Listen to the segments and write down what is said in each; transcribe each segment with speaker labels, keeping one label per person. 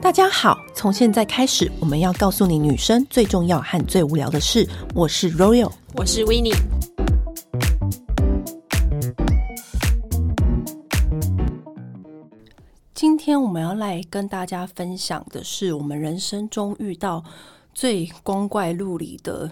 Speaker 1: 大家好，从现在开始，我们要告诉你女生最重要和最无聊的事。我是 Royal，
Speaker 2: 我是 w i n n i e
Speaker 1: 今天我们要来跟大家分享的是，我们人生中遇到最光怪陆离的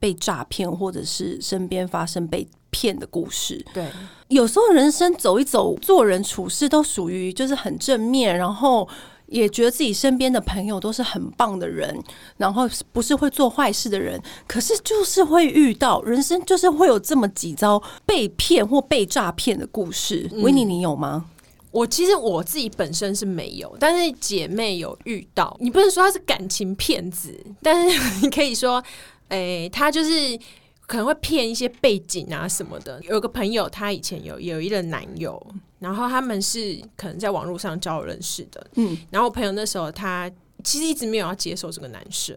Speaker 1: 被诈骗，或者是身边发生被骗的故事。
Speaker 2: 对，
Speaker 1: 有时候人生走一走，做人处事都属于就是很正面，然后也觉得自己身边的朋友都是很棒的人，然后不是会做坏事的人，可是就是会遇到人生就是会有这么几遭被骗或被诈骗的故事。
Speaker 2: 嗯
Speaker 1: 维尼，你有吗？
Speaker 2: 我其实我自己本身是没有，但是姐妹有遇到。你不能说她是感情骗子，但是你可以说，诶、她就是可能会骗一些背景啊什么的。有个朋友，她以前有有一个男友，然后他们是可能在网络上交友认识的。
Speaker 1: 嗯
Speaker 2: 嗯，然后我朋友那时候他其实一直没有要接受这个男生，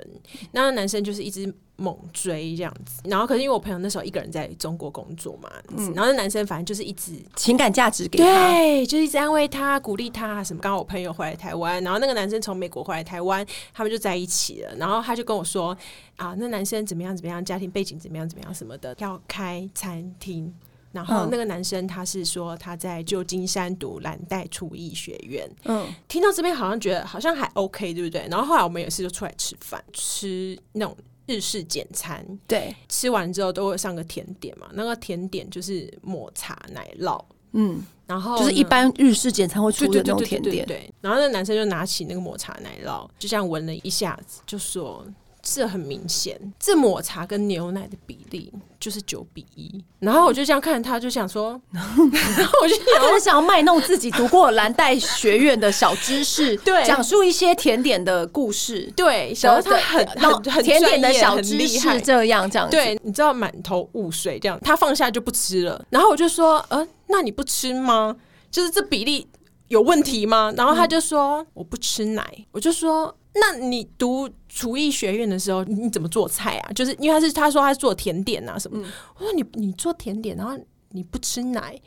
Speaker 2: 那那男生就是一直猛追这样子。然后可是因为我朋友那时候一个人在中国工作嘛，然后那男生反正就是一直
Speaker 1: 情感价值给他。
Speaker 2: 对，就一直安慰他、鼓励他什么。刚好我朋友回来台湾，然后那个男生从美国回来台湾，他们就在一起了。然后他就跟我说啊，那男生怎么样怎么样，家庭背景怎么样怎么样什么的，要开餐厅。然后
Speaker 1: 嗯
Speaker 2: 那个男生他是说他在旧金山读蓝带厨艺学院，
Speaker 1: 嗯，
Speaker 2: 听到这边好像觉得好像还 OK，对不对？然后后来我们有一次就出来吃饭，吃那种日式简餐，
Speaker 1: 对，
Speaker 2: 吃完之后都会上个甜点嘛，那个甜点就是抹茶奶酪，
Speaker 1: 嗯，
Speaker 2: 然后
Speaker 1: 就是一
Speaker 2: 呢
Speaker 1: 般日式简餐会出
Speaker 2: 对
Speaker 1: 的那
Speaker 2: 对对
Speaker 1: 种
Speaker 2: 对
Speaker 1: 甜
Speaker 2: 对对
Speaker 1: 点。
Speaker 2: 对，然后那男生就拿起那个抹茶奶酪，就这样闻了一下子，就说：“这很明显，这抹茶跟牛奶的比例就是九比一。”然后我就这样看着他，就想说，然后我就
Speaker 1: 他可能想要卖弄自己读过蓝带学院的小知识，
Speaker 2: 对
Speaker 1: 讲述一些甜点的故事，
Speaker 2: 对，想到他
Speaker 1: 对
Speaker 2: 很
Speaker 1: 然后
Speaker 2: 很很
Speaker 1: 甜点的
Speaker 2: 专业
Speaker 1: 小
Speaker 2: 很
Speaker 1: 知
Speaker 2: 厉害
Speaker 1: 识，这样这样子。
Speaker 2: 对，你知道满头雾水这样，他放下就不吃了。然后我就说，呃，那你不吃吗？就是这比例有问题吗？然后他就说、我不吃奶，我就说。那你读厨艺学院的时候，你你怎么做菜啊？就是因为他是他说他是做甜点啊什
Speaker 1: 嗯
Speaker 2: 么的。我说你你做甜点，然后你不吃奶，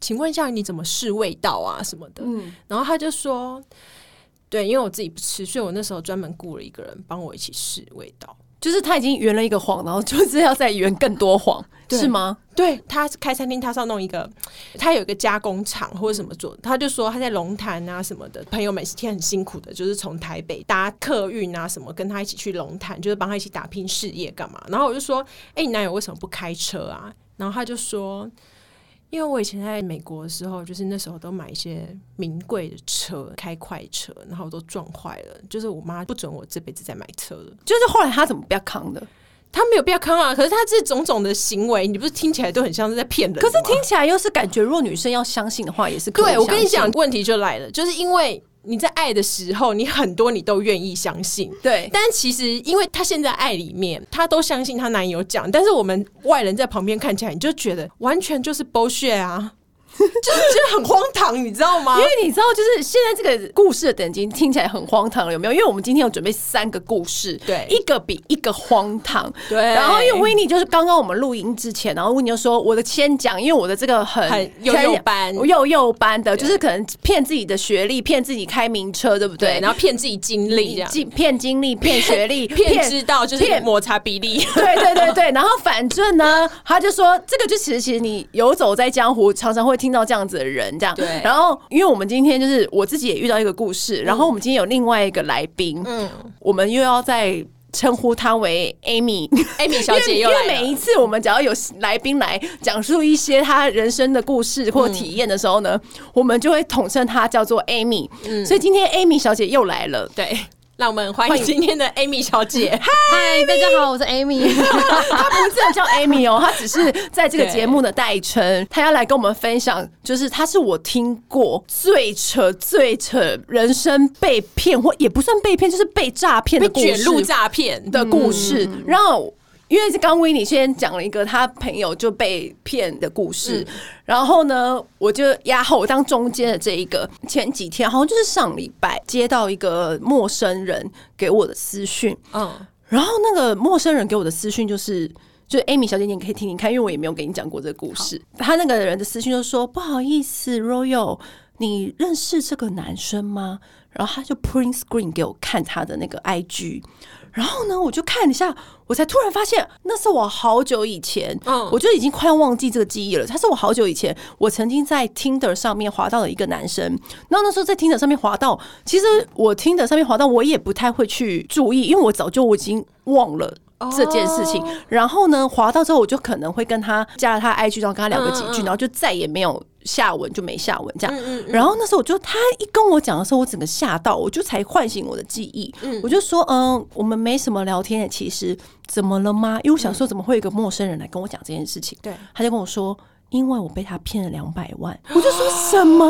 Speaker 2: 请问一下你怎么试味道啊什么的？
Speaker 1: 嗯，
Speaker 2: 然后他就说，对，因为我自己不吃，所以我那时候专门雇了一个人帮我一起试味道。
Speaker 1: 就是他已经圆了一个谎，然后就是要再圆更多谎，
Speaker 2: 对
Speaker 1: 是吗？
Speaker 2: 对他开餐厅，他是要弄一个，他有一个加工厂或者什么做，他就说他在龙潭啊什么的，朋友每天很辛苦的，就是从台北搭客运啊什么，跟他一起去龙潭，就是帮他一起打拼事业干嘛。然后我就说，哎、你男友为什么不开车啊？然后他就说，因为我以前在美国的时候，就是那时候都买一些名贵的车，开快车，然后我都撞坏了，就是我妈不准我这辈子再买车了。
Speaker 1: 就是后来他怎么不要扛的？
Speaker 2: 他没有必要坑啊，可是他这种种的行为，你不是听起来都很像是在骗人吗？
Speaker 1: 可是听起来又是感觉，如果女生要相信的话，也是可以
Speaker 2: 对，我跟你
Speaker 1: 相
Speaker 2: 讲
Speaker 1: 信，，
Speaker 2: 问题就来了，就是因为你在爱的时候，你很多你都愿意相信。
Speaker 1: 对，
Speaker 2: 但其实，因为她现在爱里面，她都相信她男友讲，但是我们外人在旁边看起来，你就觉得完全就是 bullshit 啊，就是觉得很荒唐，你知道吗
Speaker 1: 因为？你知道，就是现在这个故事的等级听起来很荒唐了，有没有？因为我们今天有准备三个故事，
Speaker 2: 对
Speaker 1: 一个比一个荒唐，
Speaker 2: 对
Speaker 1: 然后因为维尼就是刚刚我们录音之前，然后维尼就说我的先讲，因为我的这个很
Speaker 2: 很幼幼班
Speaker 1: 幼幼班的，就是可能骗自己的学历，骗自己开名车，对不对？
Speaker 2: 对，然后骗自己经历这样，
Speaker 1: 经骗经历，骗学历，
Speaker 2: 骗知道就是
Speaker 1: 骗
Speaker 2: 抹茶比例。
Speaker 1: 对对对对，然后反正呢，他就说这个就其实其实你游走在江湖，常常会听到这样子的人这样。
Speaker 2: 对嗯
Speaker 1: 然后因为我们今天就是我自己也遇到一个故事，然后我们今天有另外一个来宾，嗯，我们又要再称呼她为 Amy。
Speaker 2: Amy 小姐
Speaker 1: 因
Speaker 2: 又
Speaker 1: 为
Speaker 2: 来
Speaker 1: 因为
Speaker 2: 了
Speaker 1: 每一次我们只要有来宾来讲述一些她人生的故事
Speaker 2: 嗯
Speaker 1: 或体验的时候呢，我们就会统称她叫做 Amy。所以
Speaker 2: 嗯
Speaker 1: 今天 Amy 小姐又来了。
Speaker 2: 对，让我们欢迎今天的 Amy 小姐。
Speaker 3: 嗨，大家好，我是 Amy。
Speaker 1: 她不是真的叫 Amy 哦，她只是在这个节目的代称。她要来跟我们分享，就是她是我听过最扯、最扯人生被骗，或也不算被骗，就是被诈骗的
Speaker 2: 被
Speaker 1: 故事
Speaker 2: 卷入诈骗
Speaker 1: 的故事。然后，因为是刚威尼先讲了一个他朋友就被骗的故事，
Speaker 2: 嗯
Speaker 1: 然后呢，我就压后我当中间的这一个。前几天好像就是上礼拜接到一个陌生人给我的私讯，
Speaker 2: 嗯，
Speaker 1: 然后那个陌生人给我的私讯就是就是 Amy 小姐，你也可以听听看，因为我也没有给你讲过这个故事。他那个人的私讯就说：“不好意思，Royal，你认识这个男生吗？”然后他就 print screen 给我看他的那个 IG，然后呢，我就看了一下，我才突然发现那是我好久以前，
Speaker 2: 嗯
Speaker 1: 我就已经快要忘记这个记忆了。他是我好久以前，我曾经在 Tinder 上面滑到了一个男生，然后那时候在 Tinder 上面滑到，其实我 Tinder 上面滑到，我也不太会去注意，因为我早就我已经忘了。这件事情
Speaker 2: 哦
Speaker 1: 然后呢，滑到之后我就可能会跟他加了他的 IG，然后跟他聊个几句，
Speaker 2: 嗯嗯
Speaker 1: 然
Speaker 2: 嗯
Speaker 1: 后就再也没有下文，就没下文这样。
Speaker 2: 嗯嗯嗯，
Speaker 1: 然后那时候我就他一跟我讲的时候，我整个吓到，我就才唤醒我的记忆。我就说，嗯，我们没什么聊天的，其实怎么了吗？因为我想说，怎么会有一个陌生人来跟我讲这件事情？
Speaker 2: 嗯对，
Speaker 1: 他就跟我说。因为我被他骗了两百万，我就说什么？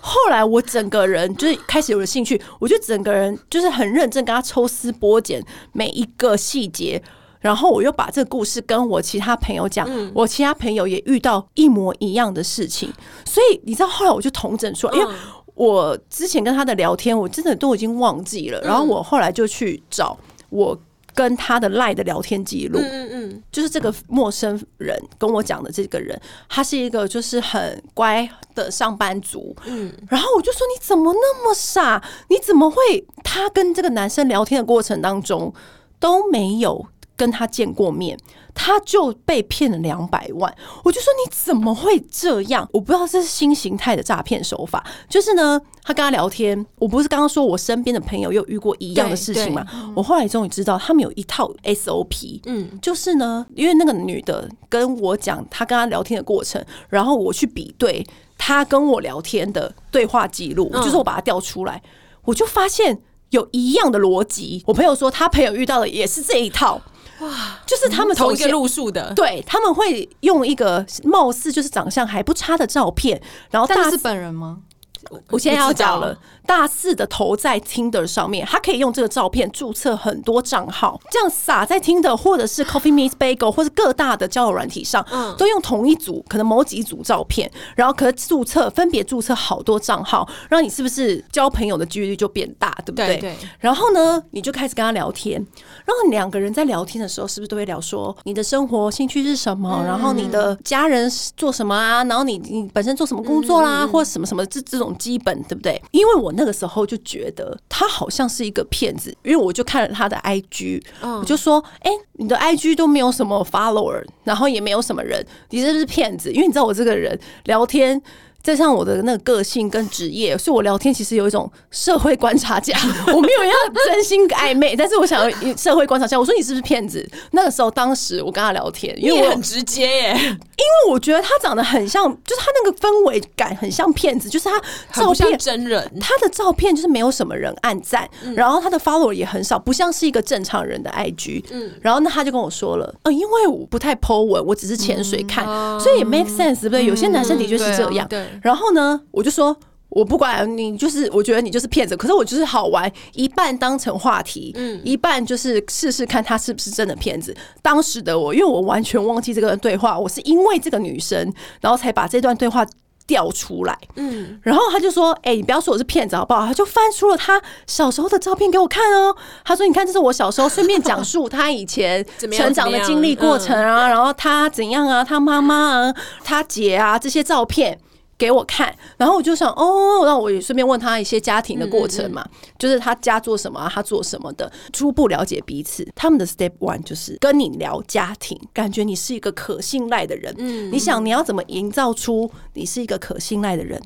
Speaker 1: 后来我整个人就是开始有了兴趣，我就整个人就是很认真跟他抽丝剥茧每一个细节，然后我又把这个故事跟我其他朋友讲，我其他朋友也遇到一模一样的事情，所以你知道后来我就同整说，因为我之前跟他的聊天，我真的都已经忘记了。然后我后来就去找我跟他的赖的聊天记录，
Speaker 2: 嗯嗯
Speaker 1: 就是这个陌生人跟我讲的这个人，他是一个就是很乖的上班族。
Speaker 2: 嗯
Speaker 1: 然后我就说你怎么那么傻？你怎么会？他跟这个男生聊天的过程当中都没有跟他见过面，他就被骗了两百万。我就说你怎么会这样？我不知道这是新形态的诈骗手法。就是呢，他跟他聊天，我不是刚刚说我身边的朋友又遇过一样的事情嘛？我后来终于知道他们有一套 SOP，
Speaker 2: 嗯
Speaker 1: 就是呢，因为那个女的跟我讲她跟她聊天的过程，然后我去比对她跟我聊天的对话记录，
Speaker 2: 嗯
Speaker 1: 就是我把它调出来，我就发现有一样的逻辑。我朋友说他朋友遇到的也是这一套，哇，就是他
Speaker 2: 嗯，
Speaker 1: 们
Speaker 2: 同一
Speaker 1: 首先
Speaker 2: 个路数的，
Speaker 1: 对，他们会用一个貌似就是长相还不差的照片，然后
Speaker 3: 但
Speaker 1: 大
Speaker 3: 是本人吗？
Speaker 1: 我现在要讲
Speaker 2: 我
Speaker 1: 了，大四的头在 Tinder 上面，他可以用这个照片注册很多账号，这样撒在 Tinder 或者是 Coffee Meets Bagel 或者各大的交友软体上，
Speaker 2: 嗯
Speaker 1: 都用同一组，可能某几组照片，然后可是注册分别注册好多账号，让你是不是交朋友的几率就变大，对不
Speaker 2: 对对，
Speaker 1: 然后呢，你就开始跟他聊天。然后两个人在聊天的时候，是不是都会聊说你的生活兴趣是什么？然后你的家人是做什么啊？然后你你本身做什么工作啦，或者什么什么这这种基本，对不对？因为我那个时候就觉得他好像是一个骗子，因为我就看了他的 IG，、我就说：“哎、你的 IG 都没有什么 follower，然后也没有什么人，你是不是骗子？”因为你知道我这个人聊天。再上我的那个个性跟职业，所以我聊天其实有一种社会观察家， 我没有要真心暧昧，但是我想要社会观察家。我说你是不是骗子？那个时候，当时我跟他聊天，因
Speaker 2: 因
Speaker 1: 为
Speaker 2: 为
Speaker 1: 我
Speaker 2: 很直 接耶，
Speaker 1: 因为我觉得他长得很像，就是他那个氛围感很像骗子，就是他
Speaker 2: 很
Speaker 1: 照
Speaker 2: 不像
Speaker 1: 片
Speaker 2: 真人。
Speaker 1: 他的照片就是没有什么人按赞，然后他的 follower 也很少，不像是一个正常人的 IG。嗯，然后那他就跟我说了，嗯，因为我不太 po 文，我只是潜水看， 所以也 make sense，对不对？有些男生的确是
Speaker 3: 对啊
Speaker 1: 这样。
Speaker 2: 对，
Speaker 1: 然后呢，我就说。我不管你，就是我觉得你就是骗子，可是我就是好玩，一半当成话题，一半就是试试看他是不是真的骗子。当时的我，因为我完全忘记这个对话，我是因为这个女生，然后才把这段对话调出来。
Speaker 2: 嗯，
Speaker 1: 然后他就说：“哎、你不要说我是骗子好不好？”他就翻出了他小时候的照片给我看哦。他说：“你看，这是我小时候，顺便讲述他以前
Speaker 2: 怎么样
Speaker 1: 成长的
Speaker 2: 怎么样嗯
Speaker 1: 经历过程啊，然后他怎样啊，他妈妈啊，他姐啊这些照片。”给我看，然后我就想哦，那我也顺便问他一些家庭的过程嘛，就是他家做什么、啊，他做什么的，初步了解彼此。他们的 step one 就是跟你聊家庭，感觉你是一个可信赖的人。嗯，你想你要怎么营造出你是一个可信赖的人？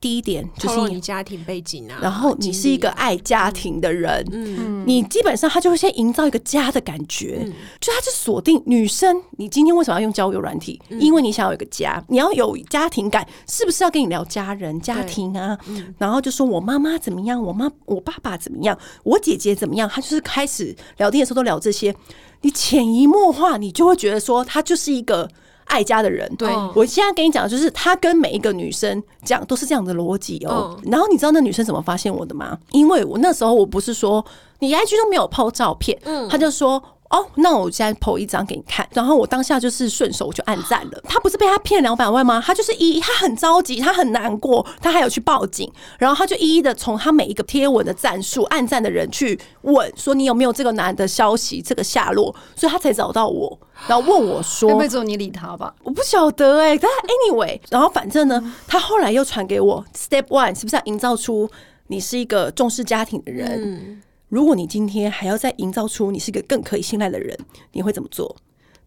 Speaker 1: 第一点就
Speaker 2: 透
Speaker 1: 是
Speaker 2: 露
Speaker 1: 你
Speaker 2: 你家庭背景啊，
Speaker 1: 然后你是一个爱家庭的人，嗯，你基本上他就会先营造一个家的感觉，就他就锁定女生，你今天为什么要用交友软体？因为你想要有一个家，你要有家庭感，是不是要跟你聊家人、家庭啊？然后就说我妈妈怎么样，我妈我爸爸怎么样，我姐姐怎么样，他就是开始聊天的时候都聊这些，你潜移默化，你就会觉得说他就是一个。爱家的人，
Speaker 3: 对
Speaker 1: 我现在跟你讲，就是他跟每一个女生讲都是这样的逻辑哦。然后你知道那女生怎么发现我的吗？因为我那时候我不是说你 IG 都没有 PO 照片，他就说。哦，那我现在 PO 一张给你看。然后我当下就是顺手我就按赞了。他不是被他骗两百万吗？他就是一，他很着急，他很难过，他还有去报警，然后他就一一的从他每一个贴文的赞数、按赞的人去问说你有没有这个男的消息、这个下落，所以他才找到我，然后问我说
Speaker 3: 那辈子你理他吧。
Speaker 1: 我不晓得哎、但 anyway，然后反正呢，他后来又传给我 step one 是不是要营造出你是一个重视家庭的人？如果你今天还要再营造出你是一个更可以信赖的人，你会怎么做？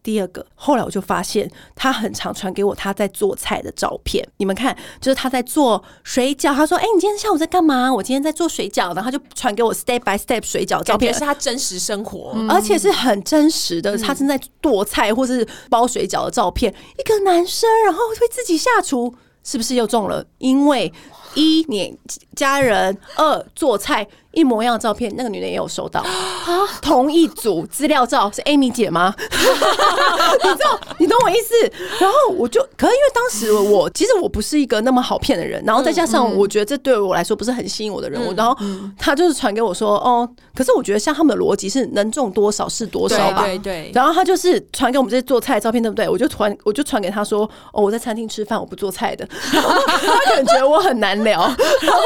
Speaker 1: 第二个，后来我就发现他很常传给我他在做菜的照片。你们看，就是他在做水饺。他说：“哎、你今天下午在干嘛？我今天在做水饺。”然后他就传给我 step by step 水饺照
Speaker 2: 感觉
Speaker 1: 片嗯
Speaker 2: 是，他真实生活。
Speaker 1: 而且是很真实的，他正在剁菜或是包水饺的照片。一个男生，然后会自己下厨，是不是又中了？因为一你家人，二做菜一模一样的照片，那个女的也有收到 同一组资料照是 Amy 姐吗？ 你知道，你懂我意思。然后我就，可是因为当时我其实我不是一个那么好骗的人，然后再加
Speaker 2: 嗯
Speaker 1: 上我觉得这对我来说不是很吸引我的人物，然后他就是传给我说，哦，可是我觉得像他们的逻辑是能中多少是多少吧。
Speaker 2: 对对对，
Speaker 1: 然后他就是传给我们这些做菜的照片，对不对？我就传，我就传给他说，哦，我在餐厅吃饭，我不做菜的。 然后他感觉我很难聊。然后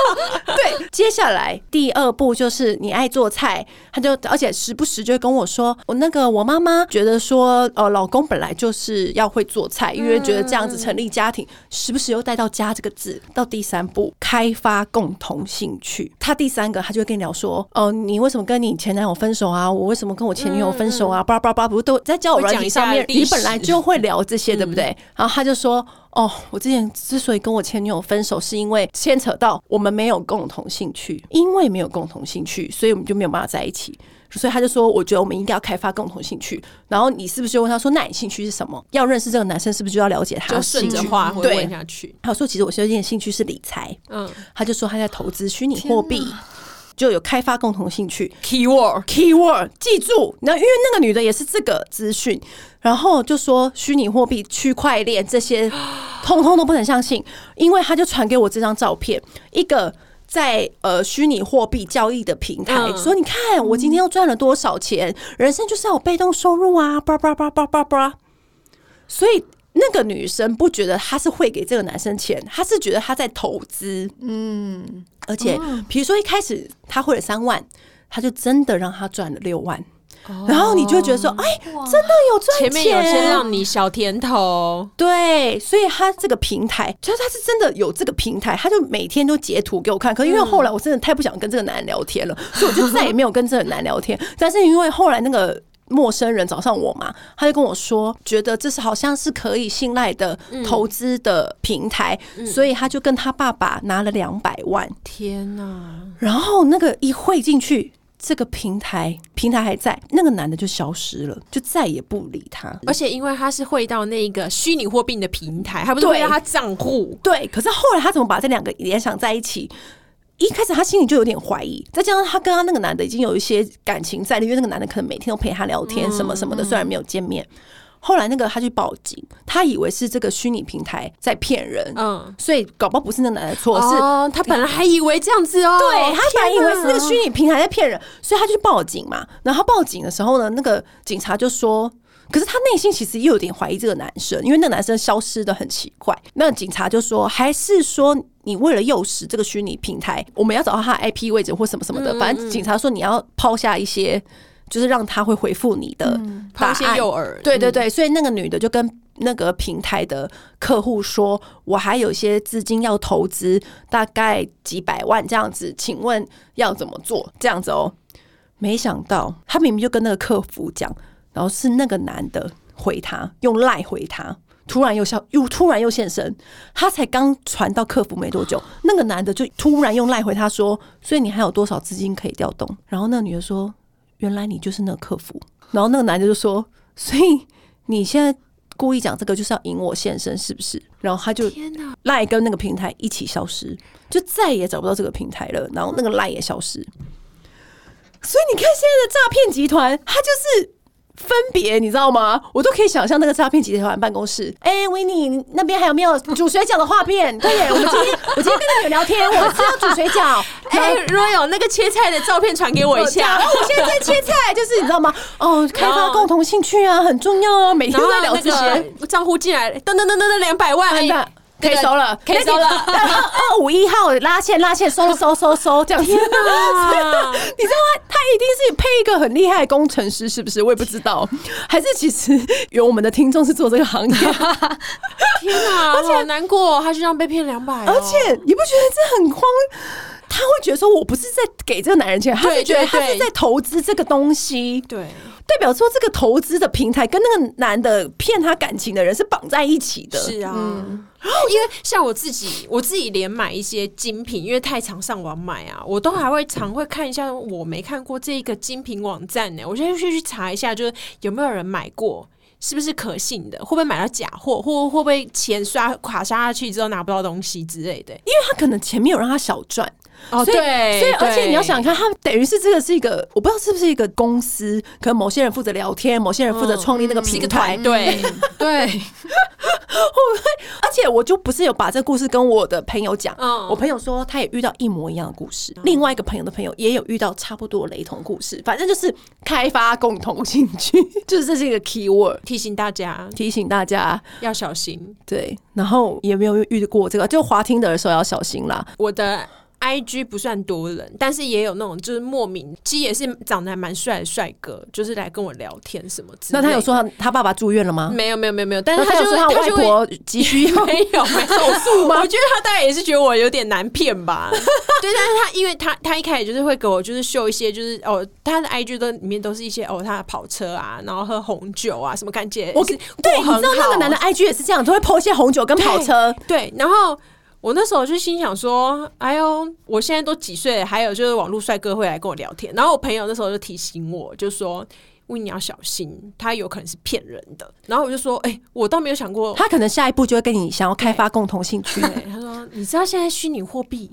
Speaker 1: 对，接下来第二步就是你爱做菜，他就而且时不时就会跟我说，我那个我妈妈觉得说，呃，老公本来就是要会做菜，因为觉得这样子成立家庭，时不时又带到“家”这个字。到第三步，开发共同兴趣。他第三个，他就会跟你聊说，哦、你为什么跟你前男友分手啊？我为什么跟我前女友分手啊？叭叭叭，不是都在交友软体上面
Speaker 2: 嗯会，讲一下
Speaker 1: 你
Speaker 2: 历史
Speaker 1: 本来就会聊这些，对
Speaker 2: 嗯
Speaker 1: 不对？然后他就说。哦，我之前之所以跟我前女友分手，是因为牵扯到我们没有共同兴趣，因为没有共同兴趣，所以我们就没有办法在一起。所以他就说，我觉得我们应该要开发共同兴趣。然后你是不是就问他说，那你兴趣是什么？要认识这个男生，是不是就要了解他
Speaker 2: 就
Speaker 1: 的
Speaker 2: 顺
Speaker 1: 兴趣？
Speaker 2: 着话会
Speaker 1: 嗯对
Speaker 2: 问下去。
Speaker 1: 他说，其实我最近的兴趣是理财。
Speaker 2: 嗯
Speaker 1: 他就说他在投资虚拟货币，就有开发共同兴趣。
Speaker 2: ，keyword
Speaker 1: keyword，记住，那因为那个女的也是这个资讯，然后就说虚拟货币、区块链这些，通通都不能相信，因为她就传给我这张照片，一个。在呃虚拟货币交易的平台，
Speaker 2: 嗯
Speaker 1: 说你看我今天又赚了多少钱，人生就是要有被动收入啊，叭叭叭叭叭叭。所以那个女生不觉得她是会给这个男生钱，她是觉得她在投资。嗯，而且
Speaker 2: 哦
Speaker 1: 比如说一开始她汇了三万，她就真的让她赚了六万，然后你就会觉得说，哎、真的有赚钱，
Speaker 2: 哦前面有
Speaker 1: 啊
Speaker 2: 先让你小甜头，
Speaker 1: 对，所以他这个平台，就是他是真的有这个平台，他就每天都截图给我看。可是因为后来我真的太不想跟这个男人聊天了，所以我就再也没有跟这个男人聊 天。但是因为后来那个。陌生人找上我嘛，他就跟我说，觉得这是好像是可以信赖的投资的平台，
Speaker 2: 嗯
Speaker 1: 所以他就跟他爸爸拿了两百万，
Speaker 2: 天哪！
Speaker 1: 然后那个一汇进去，这个平台平台还在，那个男的就消失了，就再也不理他。
Speaker 2: 而且因为他是汇到那个虚拟货币的平台，他不是汇到他账户，
Speaker 1: 对，可是后来他怎么把这两个联想在一起？一开始他心里就有点怀疑，再加上他跟他那个男的已经有一些感情在了，因为那个男的可能每天都陪他聊天什么什么的，虽然没有见面。
Speaker 2: 嗯
Speaker 1: 后来那个他去报警，他以为是这个虚拟平台在骗人，
Speaker 2: 嗯，
Speaker 1: 所以搞不好不是那个男的错，是
Speaker 2: 哦，他本来还以为这样子哦，
Speaker 1: 对他本来以
Speaker 2: 天哪
Speaker 1: 为是那个虚拟平台在骗人，所以他就去报警嘛。然后报警的时候呢，那个警察就说。可是他内心其实又有点怀疑这个男生，因为那个男生消失的很奇怪。那警察就说，还是说你为了诱使这个虚拟平台，我们要找到他的 IP 位置或什么什么
Speaker 2: 嗯
Speaker 1: 的。反正警察说你要抛下一些，就是让他会回复你的答
Speaker 2: 嗯抛
Speaker 1: 案。
Speaker 2: 一些诱饵，
Speaker 1: 对对对，所以那个女的就跟那个平台的客户说：“我还有一些资金要投资，大概几百万这样子，请问要怎么做？”这样子哦，没想到他明明就跟那个客服讲，然后是那个男的回他，用赖回他。突然又消，又突然又现身。他才刚传到客服没多久，那个男的就突然用赖回他说：“所以你还有多少资金可以调动？”然后那个女的说：“原来你就是那个客服。”然后那个男的就说：“所以你现在故意讲这个就是要引我现身，是不是？”然后他就
Speaker 2: 天哪！
Speaker 1: 赖跟那个平台一起消失，就再也找不到这个平台了。然后那个赖也消失。所以你看，现在的诈骗集团，他就是分别，你知道吗？我都可以想象那个诈骗集团办公室。哎、维尼，你那边还有没有煮水饺的画面？对耶，我们今天我今天跟那个有聊天，我是要煮水饺。
Speaker 2: 哎、如果有那个切菜的照片传给我一下，
Speaker 1: 啊然后我现在在切菜， 就是你知道吗？哦，开发共同兴趣啊，很重要啊，每天
Speaker 2: 然
Speaker 1: 都
Speaker 2: 后
Speaker 1: 在聊这
Speaker 2: 那
Speaker 1: 些。
Speaker 2: 个哎账户进来，噔噔噔噔噔，两百万，
Speaker 1: 真的可以
Speaker 3: 那个
Speaker 1: 收了，
Speaker 3: 可 以收了
Speaker 1: 那个二五一号拉线拉线收收收收这样子。 你知道
Speaker 2: 啊
Speaker 1: 吗？他一定是配一个很厉害的工程师，是不是？我也不知道，还是其实有我们的听众是做这个行 业，
Speaker 2: 天哪，而且好难过、他就这样被骗两百、哦
Speaker 1: 而且你不觉得这很慌？他会觉得说，我不是在给这个男人钱，他是
Speaker 2: 对
Speaker 1: 觉得
Speaker 2: 对
Speaker 1: 他是
Speaker 2: 对
Speaker 1: 在投资这个东西。
Speaker 2: 对，
Speaker 1: 代表说这个投资的平台跟那个男的骗他感情的人是绑在一起的。
Speaker 2: 是啊， 因为像我自己，我自己连买一些精品，因为太常上网买啊，我都还会常会看一下我没看过这个精品网站呢、我现在去去查一下，就是有没有人买过。是不是可信的？会不会买到假货？或会不会钱刷卡刷下去之后拿不到东西之类的？
Speaker 1: 因为他可能前面有让他小赚。
Speaker 2: 哦
Speaker 1: 所以
Speaker 2: 对
Speaker 1: 所以而且
Speaker 2: 对
Speaker 1: 你要想看，他等于是这个是一个，我不知道是不是一个公司，可能某些人负责聊天，某些人负责创立那个
Speaker 2: 嗯是一
Speaker 1: 平
Speaker 2: 个
Speaker 1: 台，
Speaker 2: 团队，
Speaker 3: 对，
Speaker 1: 而且我就不是有把这故事跟我的朋友讲，
Speaker 2: 嗯
Speaker 1: 我朋友说他也遇到一模一样的故事，另外一个朋友的朋友也有遇到差不多雷同故事，反正就是开发共同兴趣， 就是这是一个 key word，
Speaker 2: 提醒大家
Speaker 1: 提醒大家
Speaker 2: 要小心。
Speaker 1: 对，然后也没有遇过这个，就滑听的时候要小心啦。
Speaker 2: 我的 IG 不算多人，但是也有那种就是莫名，其实也是长得还蛮帅的帅哥，就是来跟我聊天什么之类
Speaker 1: 那
Speaker 2: 的。
Speaker 1: 他有说他他爸爸住院了吗？
Speaker 2: 没有没有没有没有，但
Speaker 1: 那
Speaker 2: 是
Speaker 1: 他
Speaker 2: 他
Speaker 1: 有嗯
Speaker 2: 就
Speaker 1: 说他
Speaker 2: 他
Speaker 1: 外
Speaker 2: 就会
Speaker 1: 婆急需要
Speaker 2: 没有没有手术吗？我觉得他大概也是觉得我有点难骗吧。 对，但是他因为他他一开始就是会给我就是秀一些就是哦他的 IG 都里面都是一些哦他的跑车啊，然后喝红酒啊什么感觉
Speaker 1: 我
Speaker 2: 是
Speaker 1: 对，
Speaker 2: 过
Speaker 1: 你知
Speaker 2: 很
Speaker 1: 道那个
Speaker 2: 好
Speaker 1: 男的 IG 也是这样，都会剖一些红酒跟跑车。
Speaker 2: 对，然后我那时候就心想说：“哎呦，我现在都几岁了，还有就是网络帅哥会来跟我聊天。”然后我朋友那时候就提醒我，就说。喂，你要小心，他有可能是骗人的。然后我就说，哎、我倒没有 想过。哎
Speaker 1: 他可能下一步就会跟你想要开发共同 兴趣，
Speaker 2: 对，他说，你知道现在虚拟货币、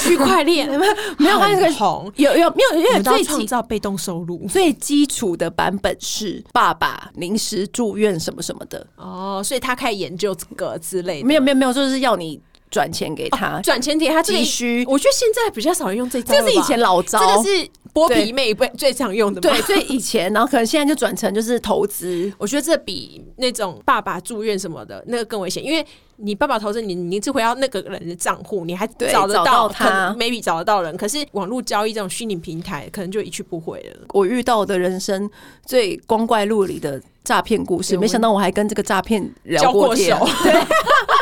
Speaker 2: 区块链 没
Speaker 1: 有他那个
Speaker 2: 红，
Speaker 1: 有有没有？因为
Speaker 2: 我们都要
Speaker 1: 最
Speaker 2: 创
Speaker 1: 基
Speaker 2: 造被动收入
Speaker 1: 最基础的版本是爸爸临时住院什么什么的，
Speaker 2: 哦，所以他开始研究这个之类的。哦
Speaker 1: 没有没有没有，就是要你转钱给他，
Speaker 2: 转前提，他这个
Speaker 1: 急需
Speaker 2: 我觉得现在比较少人用这
Speaker 1: 哦
Speaker 2: 招
Speaker 1: 这
Speaker 2: 了吧，
Speaker 1: 个是以前老招，
Speaker 2: 这个是剥皮妹最最常用的吧？
Speaker 1: 对，所以以前，然后可能现在就转成就是投资。
Speaker 2: 我觉得这比那种爸爸住院什么的那个更危险，因为你爸爸投资你，你只回到那个人的账户，你还
Speaker 1: 对
Speaker 2: 找得
Speaker 1: 找到
Speaker 2: 可能
Speaker 1: 他
Speaker 2: ，maybe 找得到人。可是网络交易这种虚拟平台，可能就一去不回了。
Speaker 1: 我遇到的人生最光怪陆离的诈骗故事，
Speaker 2: 对
Speaker 1: 没想到我还跟这个诈骗聊
Speaker 2: 交过
Speaker 1: 天
Speaker 2: 手。
Speaker 1: 对，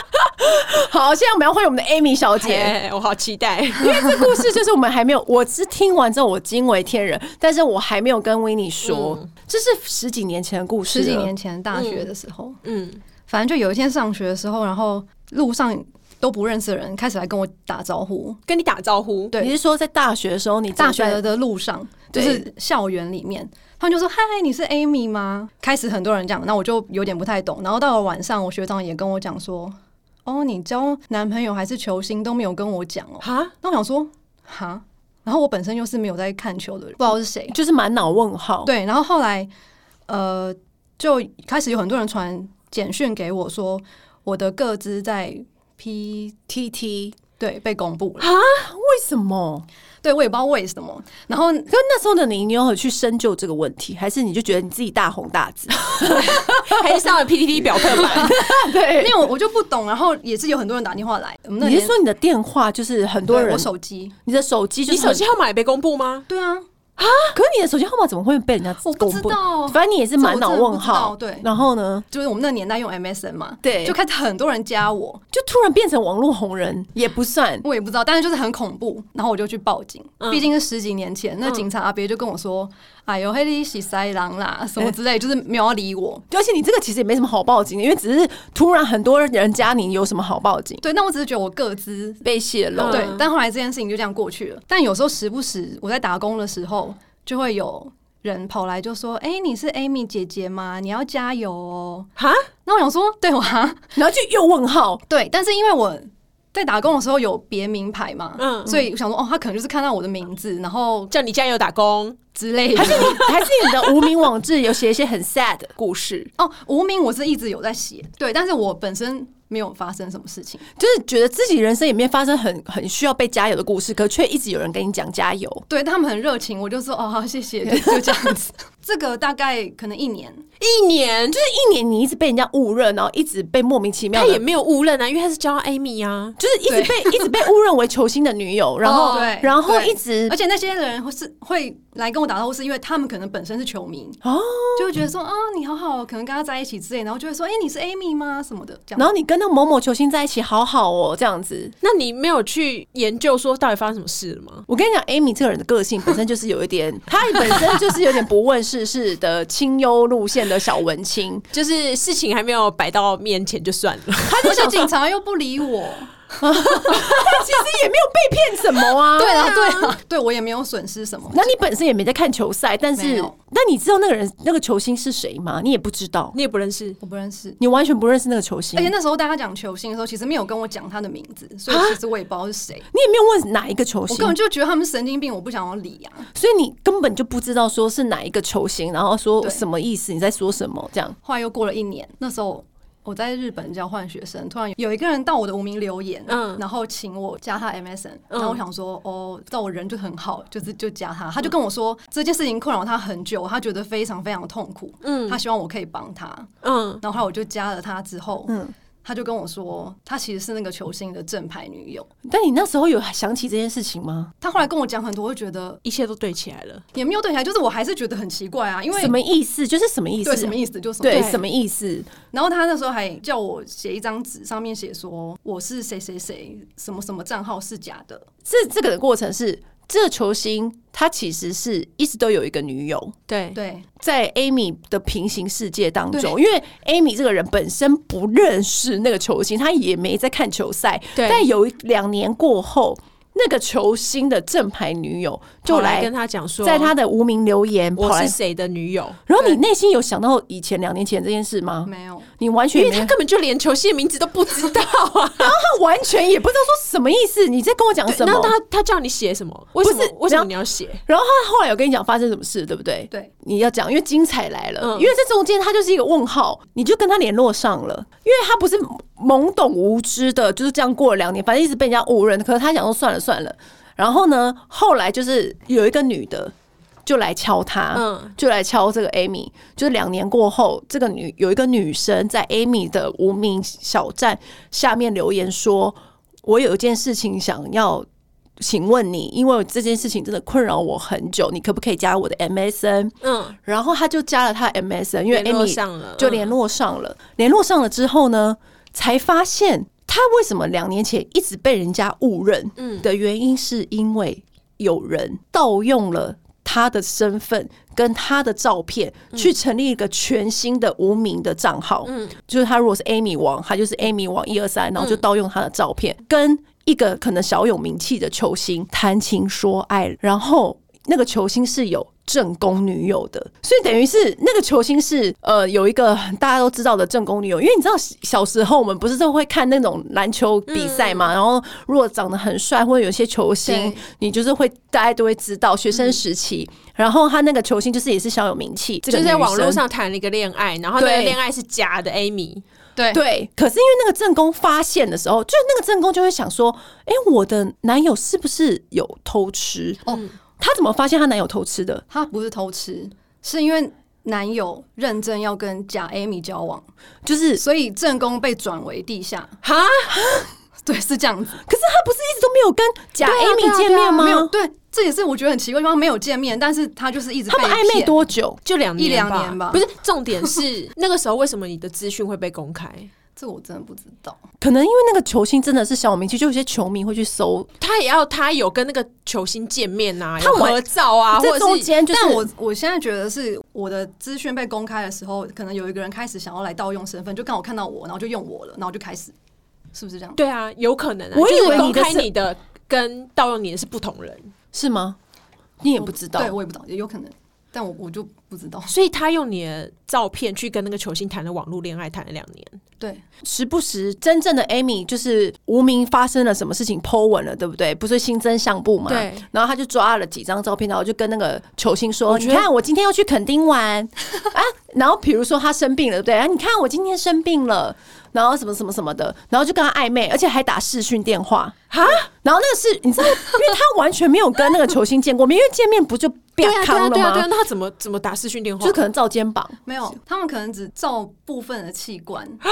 Speaker 1: 好，现在我们要欢迎我们的 Amy 小
Speaker 3: 哎
Speaker 1: 姐。
Speaker 2: 耶，我好期待。
Speaker 1: 因为这故事就是我们还没有，我是听完之后我惊为天人，但是我还没有跟维尼说，这是十几年前的故事
Speaker 3: 嗯十
Speaker 1: 了，
Speaker 3: 几年前大学的时
Speaker 1: 啊
Speaker 3: 候，
Speaker 2: 嗯，
Speaker 3: 反正就有一天上学的时候，然后路上都不认识的人开始来跟我打招呼。
Speaker 2: 跟你打招呼，
Speaker 3: 对
Speaker 1: 你是说在大学的时候你
Speaker 3: 大学
Speaker 1: 的
Speaker 3: 的路上，就
Speaker 1: 对
Speaker 3: 是校园里面，他们就说：“嗨，你是 Amy 吗？”开始很多人讲，那我就有点不太懂。然后到了晚上，我学长也跟我讲说：“哦，你交男朋友还是球星都没有跟我讲哦。
Speaker 2: 哈，”
Speaker 3: 那我想说：“哈。”然后我本身又是没有在看球的人，不知道是谁。
Speaker 1: 就是满脑问号，
Speaker 3: 对，然后后来呃，就开始有很多人传简讯给我说，我的个资在 P
Speaker 1: ，T T
Speaker 3: 对被公布
Speaker 1: 啊
Speaker 3: 了，
Speaker 1: 为什么？
Speaker 3: 对我也不知道为什么。然后
Speaker 1: 可是那时候的你，你有去深究这个问题，还是你就觉得你自己大红大紫？
Speaker 2: 还是上了 PPT 表特版，
Speaker 1: 对
Speaker 3: 因为我我就不懂，然后也是有很多人打电话来，我们那
Speaker 1: 你
Speaker 3: 年
Speaker 1: 是说你的电话就是很多
Speaker 3: 对
Speaker 1: 人
Speaker 3: 我，手机？
Speaker 1: 你的手 机就
Speaker 2: 你
Speaker 1: 是很
Speaker 2: 手机号码也被公布吗？
Speaker 3: 对啊，
Speaker 1: 可是你的手机号码怎么会被人家
Speaker 3: 我不知
Speaker 1: 公布？
Speaker 3: 道，
Speaker 1: 反正你也是满脑问号，
Speaker 3: 这我真的不知道对
Speaker 1: 然后呢，
Speaker 3: 就是我们那个年代用 MSN 嘛，
Speaker 1: 对
Speaker 3: 就开始很多人加我，
Speaker 1: 就突然变成网络红人也不算，
Speaker 3: 我也不知道，但是就是很恐怖，然后我就去报警，
Speaker 2: 嗯
Speaker 3: 毕竟是十几年前，那警察阿伯就跟我说：“哎呦，黑你洗塞狼啦，什
Speaker 2: 哎
Speaker 3: 么之类，就是没有要理我。”
Speaker 1: 而且你这个其实也没什么好报警的，因为只是突然很多人加你，有什么好报警？
Speaker 3: 对，那我只是觉得我各自
Speaker 1: 被泄露，
Speaker 2: 嗯
Speaker 3: 对，但后来这件事情就这样过去了。但有时候时不时我在打工的时候，就会有人跑来就说：“哎、你是 Amy 姐姐吗？你要加油哦。
Speaker 2: 哈，”
Speaker 3: 那我想说，对我哈，
Speaker 1: 然后就又问号，
Speaker 3: 对，但是因为我在打工的时候有别名牌嘛，
Speaker 2: 嗯
Speaker 3: 所以我想说，哦，他可能就是看到我的名字，然后
Speaker 2: 叫你加油打工，
Speaker 3: 之类的。
Speaker 1: 还是你的无名网志有写一些很 sad 的故事，
Speaker 3: 哦，无名我是一直有在写，对，但是我本身没有发生什么事情。
Speaker 1: 就是觉得自己人生里面发生很很需要被加油的故事，可却一直有人跟你讲加油。
Speaker 3: 对他们很热情，我就说哦好，谢谢，就就这样子。 这个大概可能一年，
Speaker 2: 一年
Speaker 1: 就是一年你一直被人家误认，然后一直被莫名其妙
Speaker 2: 他
Speaker 1: 的
Speaker 2: 也没有误认啊，因为他是教 Amy 啊，
Speaker 1: 就是一直 被一直被误认为球星的女友，然后、
Speaker 3: 哦对
Speaker 1: 然后
Speaker 3: 对
Speaker 1: 一直
Speaker 3: 而且那些人会是会来跟我打招呼，是因为他们可能本身是球迷，
Speaker 1: 哦，
Speaker 3: 就会觉得说啊、你好好，可能跟他在一起之类，然后就会说哎、你是 Amy 吗什么的这样。
Speaker 1: 然后你跟那个某某球星在一起，好好哦，这样子。
Speaker 2: 那你没有去研究说到底发生什么事了吗？
Speaker 1: 我跟你讲，Amy 这个人的个性本身就是有一 点，她本身就是有点不问世事的清幽路线的小文青。
Speaker 2: 就是事情还没有摆到面前就算了，
Speaker 3: 而且警察又不理我，
Speaker 1: 哦她其实也没有被骗什么啊。
Speaker 3: 对啊，对啊，对我也没有损失什么。
Speaker 1: 那你本身也没在看球赛，但
Speaker 3: 没
Speaker 1: 是
Speaker 3: 有
Speaker 1: 那你知道那个人那个球星是谁吗？你也不知道，
Speaker 2: 你也不认识。
Speaker 3: 我不认识，
Speaker 1: 你完全不认识那个球星，
Speaker 3: 而且那时候大家讲球星的时候，其实没有跟我讲他的名字，所以
Speaker 1: 啊
Speaker 3: 其实我也不知道是谁。
Speaker 1: 你也没有问哪一个球
Speaker 3: 我
Speaker 1: 星
Speaker 3: 根，本就觉得他们是神经病，我不想要理啊。
Speaker 1: 所以你根本就不知道说是哪一个球星，然后说
Speaker 3: 对
Speaker 1: 什么意思，你在说什么这样。
Speaker 3: 后来又过了一年，那时候我在日本交换学生，突然有一个人到我的无名留言，
Speaker 2: 嗯
Speaker 3: 然后请我加他 MSN，然
Speaker 1: 嗯
Speaker 3: 后我想说，哦，知道我人就很好，就是就加他，他就跟我说这件事情困扰他很久，他觉得非常非常痛苦，嗯，他希望我可以帮他，
Speaker 2: 嗯，
Speaker 3: 然后后来我就加了他之后，嗯。他就跟我说，他其实是那个球星的正牌女友。
Speaker 1: 但你那时候有想起这件事情吗？
Speaker 3: 他后来跟我讲很多，我就觉得
Speaker 2: 一切都对起来了。
Speaker 3: 也没有对起来，就是我还是觉得很奇怪啊，因为
Speaker 1: 什么意思？就是什么意思？
Speaker 3: 对什么意思就是什么
Speaker 1: 对
Speaker 2: 对
Speaker 1: 什么意思？
Speaker 3: 然后他那时候还叫我写一张纸，上面写说我是谁谁谁，什么什么账号是假的。
Speaker 1: 这这个的过程是，这个球星他其实是一直都有一个女友。
Speaker 2: 对，
Speaker 3: 对，
Speaker 1: 在 Amy 的平行世界当中，
Speaker 3: 对
Speaker 1: 因为 Amy 这个人本身不认识那个球星，他也没在看球赛。
Speaker 2: 对
Speaker 1: 但有一两年过后，那个球星的正牌女友就
Speaker 2: 就来
Speaker 1: 来
Speaker 2: 跟他讲说，
Speaker 1: 在他的无名留言跑
Speaker 2: 我
Speaker 1: 来
Speaker 2: 是谁的女友，
Speaker 1: 然后你内心有想到以前两年前这件事吗？
Speaker 3: 没有，
Speaker 1: 你完全
Speaker 2: 因
Speaker 1: 没
Speaker 2: 为
Speaker 1: 有，
Speaker 2: 他根本就连球星的名字都不知道 啊。
Speaker 1: 他完全也不知道说什么意思，你在跟我讲什
Speaker 2: 那
Speaker 1: 么？
Speaker 2: 他他叫你写什么？为什么
Speaker 1: 不是
Speaker 2: 为什
Speaker 1: 然
Speaker 2: 么
Speaker 1: 后
Speaker 2: 你要写？
Speaker 1: 然后他后来有跟你讲发生什么事，对不对？
Speaker 3: 对，
Speaker 1: 你要讲，因为精彩来了，
Speaker 2: 嗯
Speaker 1: 因为这中间他就是一个问号，你就跟他联络上了，因为他不是懵懂无知的，就是这样过了两年，反正一直被人家误认，可是他想说算了算了，然后呢，后来就是有一个女的就来敲他，
Speaker 2: 嗯
Speaker 1: 就来敲这个 Amy，就是两年过后，这个女有一个女生在 Amy 的无名小站下面留言说：“我有一件事情想要请问你，因为这件事情真的困扰我很久，你可不可以加我的 MSN？”
Speaker 2: 嗯，
Speaker 1: 然后他就加了他的 MSN，因为
Speaker 2: 联络
Speaker 1: Amy
Speaker 2: 上了，嗯
Speaker 1: 就联络上了。联络上了之后呢，才发现他为什么两年前一直被人家误认，
Speaker 2: 嗯
Speaker 1: 的原因是因为有人盗用了。他的身份跟他的照片去成立一个全新的无名的账号，
Speaker 2: 嗯
Speaker 1: 就是他如果是 Amy 王，他就是 Amy 王一二三，然后就盗用他的照片，跟一个可能小有名气的球星谈情说爱，然后那个球星是有正宫女友的，所以等于是那个球星是呃有一个大家都知道的正宫女友，因为你知道小时候我们不是都会看那种篮球比赛
Speaker 2: 嗯
Speaker 1: 嘛，然后如果长得很帅或者有些球星
Speaker 3: 对，
Speaker 1: 你就是会大家都会知道学生时期，然后他那个球星就是也是小有名气，这
Speaker 2: 就
Speaker 1: 个
Speaker 2: 是在
Speaker 1: 女
Speaker 2: 网络
Speaker 1: 生
Speaker 2: 上谈了一个恋爱，然后那个
Speaker 1: 对
Speaker 2: 恋爱是假的，Amy。
Speaker 3: 对
Speaker 1: 对，可是因为那个正宫发现的时候，就是那个正宫就会想说：“哎、我的男友是不是有偷吃？
Speaker 3: 哦，
Speaker 1: 她怎么发现她男友偷吃的？
Speaker 3: 他不是偷吃，是因为男友认真要跟假 Amy 交往，
Speaker 1: 就是，
Speaker 3: 所以正宫被转为地下。
Speaker 2: 哈，
Speaker 3: 对，是这样子。
Speaker 1: 可是她不是一直都没有跟假
Speaker 3: 对啊
Speaker 1: Amy 见面吗？
Speaker 3: 没有，对，这也是我觉得很奇怪，方没有见面，但是他就是一直
Speaker 1: 他们
Speaker 3: 被
Speaker 1: 暧昧
Speaker 3: 骗
Speaker 1: 多久？
Speaker 2: 就两
Speaker 3: 一两
Speaker 2: 吧
Speaker 3: 年吧
Speaker 2: 不是重点 是那个时候为什么你的资讯会被公开？
Speaker 3: 这我真的不知道。
Speaker 1: 可能因为那个球星真的是小有名气，就有些球迷会去搜。
Speaker 2: 他也要他有跟那个球星见面啊，
Speaker 1: 他
Speaker 2: 有
Speaker 1: 玩
Speaker 2: 合照啊，
Speaker 1: 这
Speaker 2: 或者
Speaker 1: 中
Speaker 2: 是
Speaker 1: 间就是
Speaker 3: 但我我现在觉得是我的资讯被公开的时候，可能有一个人开始想要来盗用身份，就刚好看到我，然后就用我了，然后就开始，是不是这样？
Speaker 2: 对啊，有可能啊。
Speaker 1: 我以
Speaker 2: 就是
Speaker 1: 为你
Speaker 2: 公
Speaker 1: 的
Speaker 2: 开
Speaker 1: 是
Speaker 2: 你的跟盗用你的是不同人，
Speaker 1: 是吗？你也不知道
Speaker 3: 对，我也不知道，也有可能。但我我就不知道。
Speaker 2: 所以他用你的照片去跟那个球星谈了网络恋爱，谈了两年。
Speaker 3: 对，
Speaker 1: 时不时真正的 Amy 就是无名发生了什么事情 Po 文了，对不对？不是新增相簿嘛？
Speaker 3: 对。
Speaker 1: 然后他就抓了几张照片，然后就跟那个球星说：“
Speaker 2: 我觉
Speaker 1: 你
Speaker 2: 得
Speaker 1: 看，我今天要去垦丁玩 啊。”然后比如说他生病了，对不对？啊，你看我今天生病了，然后什么什么什么的，然后就跟他暧昧，而且还打视讯电话。
Speaker 2: 哈，
Speaker 1: 然后那个是你知道，因为他完全没有跟那个球星见过面，因为见面不就
Speaker 2: 对
Speaker 1: 变
Speaker 2: 啊，对
Speaker 1: 康
Speaker 2: 啊，
Speaker 1: 了
Speaker 2: 对啊，对啊
Speaker 1: 吗？，
Speaker 2: 那他怎么怎么打视讯电话？
Speaker 1: 就可能照肩膀，
Speaker 3: 没有，他们可能只照部分的器官。
Speaker 1: 嗯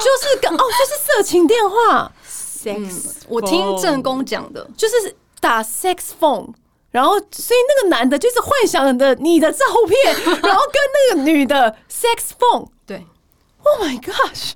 Speaker 1: 就是跟哦，就是色情电话。
Speaker 2: sex，
Speaker 3: 嗯我听正宫讲的，
Speaker 1: 就是打 sex phone，然后所以那个男的就是幻想的你的照 片，然后跟那个女的 sex phone。
Speaker 3: 对，
Speaker 1: Oh my gosh！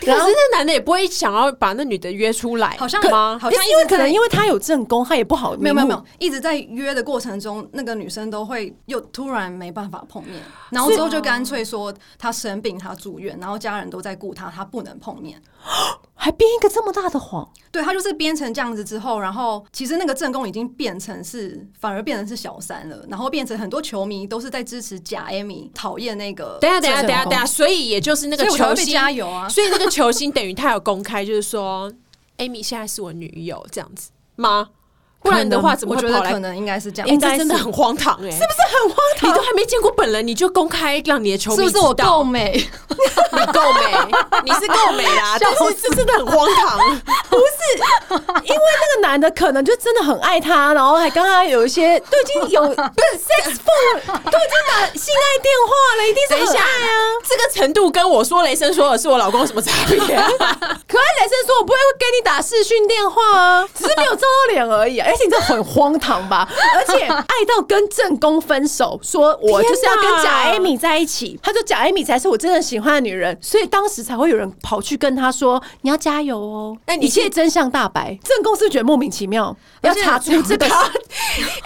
Speaker 2: 可是那男的也不会想要把那女的约出来，
Speaker 3: 好像
Speaker 2: 吗？
Speaker 3: 好像
Speaker 1: 因为可能
Speaker 3: 一直在
Speaker 1: 因为他有正宫，他也不好
Speaker 3: 没有没有没
Speaker 1: 明
Speaker 3: 有，一直在约的过程中，那个女生都会又突然没办法碰面，然后之后就干脆说她生病，她住院，然后家人都在顾她，她不能碰面。
Speaker 1: 目，还编一个这么大的谎，
Speaker 3: 对她就是编成这样子之后，然后其实那个正宫已经变成是，反而变成是小三了，然后变成很多球迷都是在支持假 Amy，讨厌那个。
Speaker 2: 等一下，等一下，
Speaker 1: 这
Speaker 2: 等一下，
Speaker 1: 种
Speaker 2: 等一下，所以也就是那个
Speaker 3: 所以我才
Speaker 2: 球
Speaker 3: 会被
Speaker 2: 星
Speaker 3: 加油啊！
Speaker 2: 所以那个球星等于他有公开，就是说，Amy 现在是我女友这样子吗？不然的话，怎么
Speaker 3: 嗯我
Speaker 2: 会
Speaker 3: 觉
Speaker 2: 跑
Speaker 3: 得
Speaker 2: 来
Speaker 3: 可？能应该是这
Speaker 2: 哎，
Speaker 3: 样
Speaker 1: 应
Speaker 3: 子，
Speaker 1: 该
Speaker 2: 这
Speaker 1: 是
Speaker 2: 真的很荒唐哎、
Speaker 1: 是不是很荒
Speaker 2: 你
Speaker 1: 唐？
Speaker 2: 都还没见过本人，你就公开让你的球迷
Speaker 3: 是不是我
Speaker 2: 知道
Speaker 3: 够美？
Speaker 2: 你够美？你是够美 啦，但是这真的很荒唐。
Speaker 1: 因为那个男的可能就真的很爱她，然后还跟她有一些都已经有不是 sex phone，了都已经打性爱电话了，一定是
Speaker 2: 等一
Speaker 1: 很
Speaker 2: 下
Speaker 1: 爱啊。，
Speaker 2: 这个程度跟我说雷声说的是我老公有什么差别、
Speaker 1: 可爱男生说：“我不会跟你打视讯电话啊，只是没有照到脸而已、啊。而且你这很荒唐 吧？而且爱到跟正宫分手，说我就是要跟假 Amy 在一起。他说假 Amy 才是我真的喜欢的女人，所以当时才会有人跑去跟他说：你要加油哦，
Speaker 2: 那你
Speaker 1: 一切真相大白。正宫是不是觉得莫名其妙，要
Speaker 3: 而且
Speaker 1: 查出 这个事。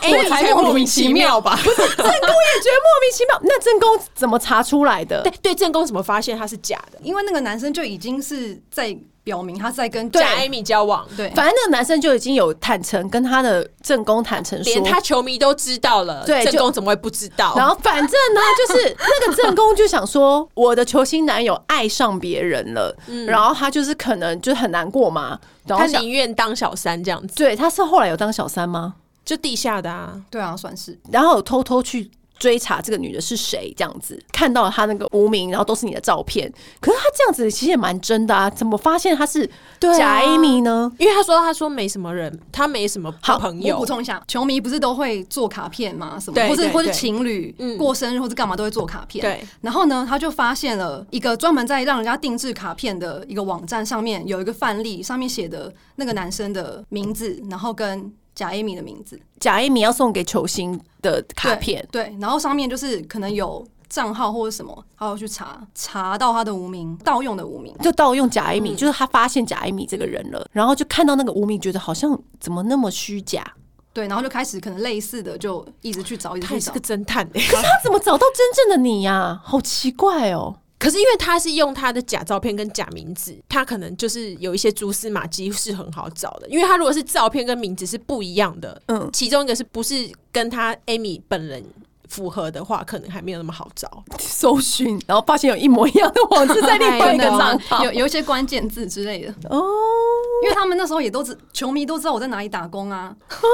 Speaker 2: 哎
Speaker 3: 我才莫名其妙
Speaker 2: 吧？
Speaker 1: 正宫也觉得莫名其妙，那正宫怎么查出来的
Speaker 2: 对？对，正宫怎么发现他是假的？
Speaker 3: 因为那个男生就已经是在表明他是在跟
Speaker 2: 假 Amy 交往，
Speaker 3: 对，
Speaker 1: 反正那个男生就已经有坦诚跟他的正宫坦诚说，
Speaker 2: 连他球迷都知道了，
Speaker 1: 对就
Speaker 2: 正宫怎么会不知道？
Speaker 1: 然后反正呢，就是那个正宫就想说，我的球星男友爱上别人了，
Speaker 2: 嗯
Speaker 1: 然后他就是可能就很难过嘛，然后
Speaker 2: 他
Speaker 1: 想
Speaker 2: 宁愿当小三这样子，
Speaker 1: 对他是后来有当小三吗？
Speaker 2: 就地下的啊。
Speaker 3: 对啊，算是
Speaker 1: 然后有偷偷去。追查这个女的是谁，这样子看到了她那个无名，然后都是你的照片。可是她这样子其实也蛮真的啊，怎么发现她是
Speaker 2: 对啊
Speaker 1: 假 Amy 呢？
Speaker 2: 因为他说，他说没什么人，他没什么
Speaker 1: 好
Speaker 2: 朋
Speaker 3: 我
Speaker 2: 友
Speaker 3: 补，充一下，球迷不是都会做卡片吗？什么，
Speaker 2: 对
Speaker 3: 或是
Speaker 2: 对
Speaker 3: 或是
Speaker 2: 对
Speaker 3: 情侣
Speaker 2: 嗯
Speaker 3: 过生日或是干嘛都会做卡片。
Speaker 2: 对。
Speaker 3: 然后呢，他就发现了一个专门在让人家定制卡片的一个网站，上面有一个范例，上面写的那个男生的名字，然后跟贾 Amy 的名字
Speaker 1: 假 Amy 要送给球星的卡
Speaker 3: 对
Speaker 1: 片，
Speaker 3: 对，然后上面就是可能有账号或者什么，他要去查，查到他的无名，盗用的无名。
Speaker 1: 就盗用假
Speaker 2: 嗯
Speaker 1: Amy，、就是他发现假 Amy 这个人了，然后就看到那个无名，觉得好像怎么那么虚假，
Speaker 3: 对，然后就开始可能类似的，就一直去找，一直
Speaker 2: 他
Speaker 3: 去
Speaker 2: 也是
Speaker 3: 找
Speaker 2: 个。侦探、欸，
Speaker 1: 他怎么找到真正的你呀、好奇怪哦！
Speaker 2: 可是因为他是用他的假照片跟假名字，他可能就是有一些蛛丝马迹是很好找的。因为他如果是照片跟名字是不一样的，
Speaker 1: 嗯
Speaker 2: 嗯，其中一个是不是跟他 Amy 本人符合的话，可能还没有那么好找。
Speaker 1: 搜寻，然后发现有一模一样的网址在另外一个账号
Speaker 3: 啊 有有一些关键字之类的，
Speaker 1: 哦
Speaker 3: 因为他们那时候也都知，球迷都知道我在哪里打工啊。
Speaker 1: 哦，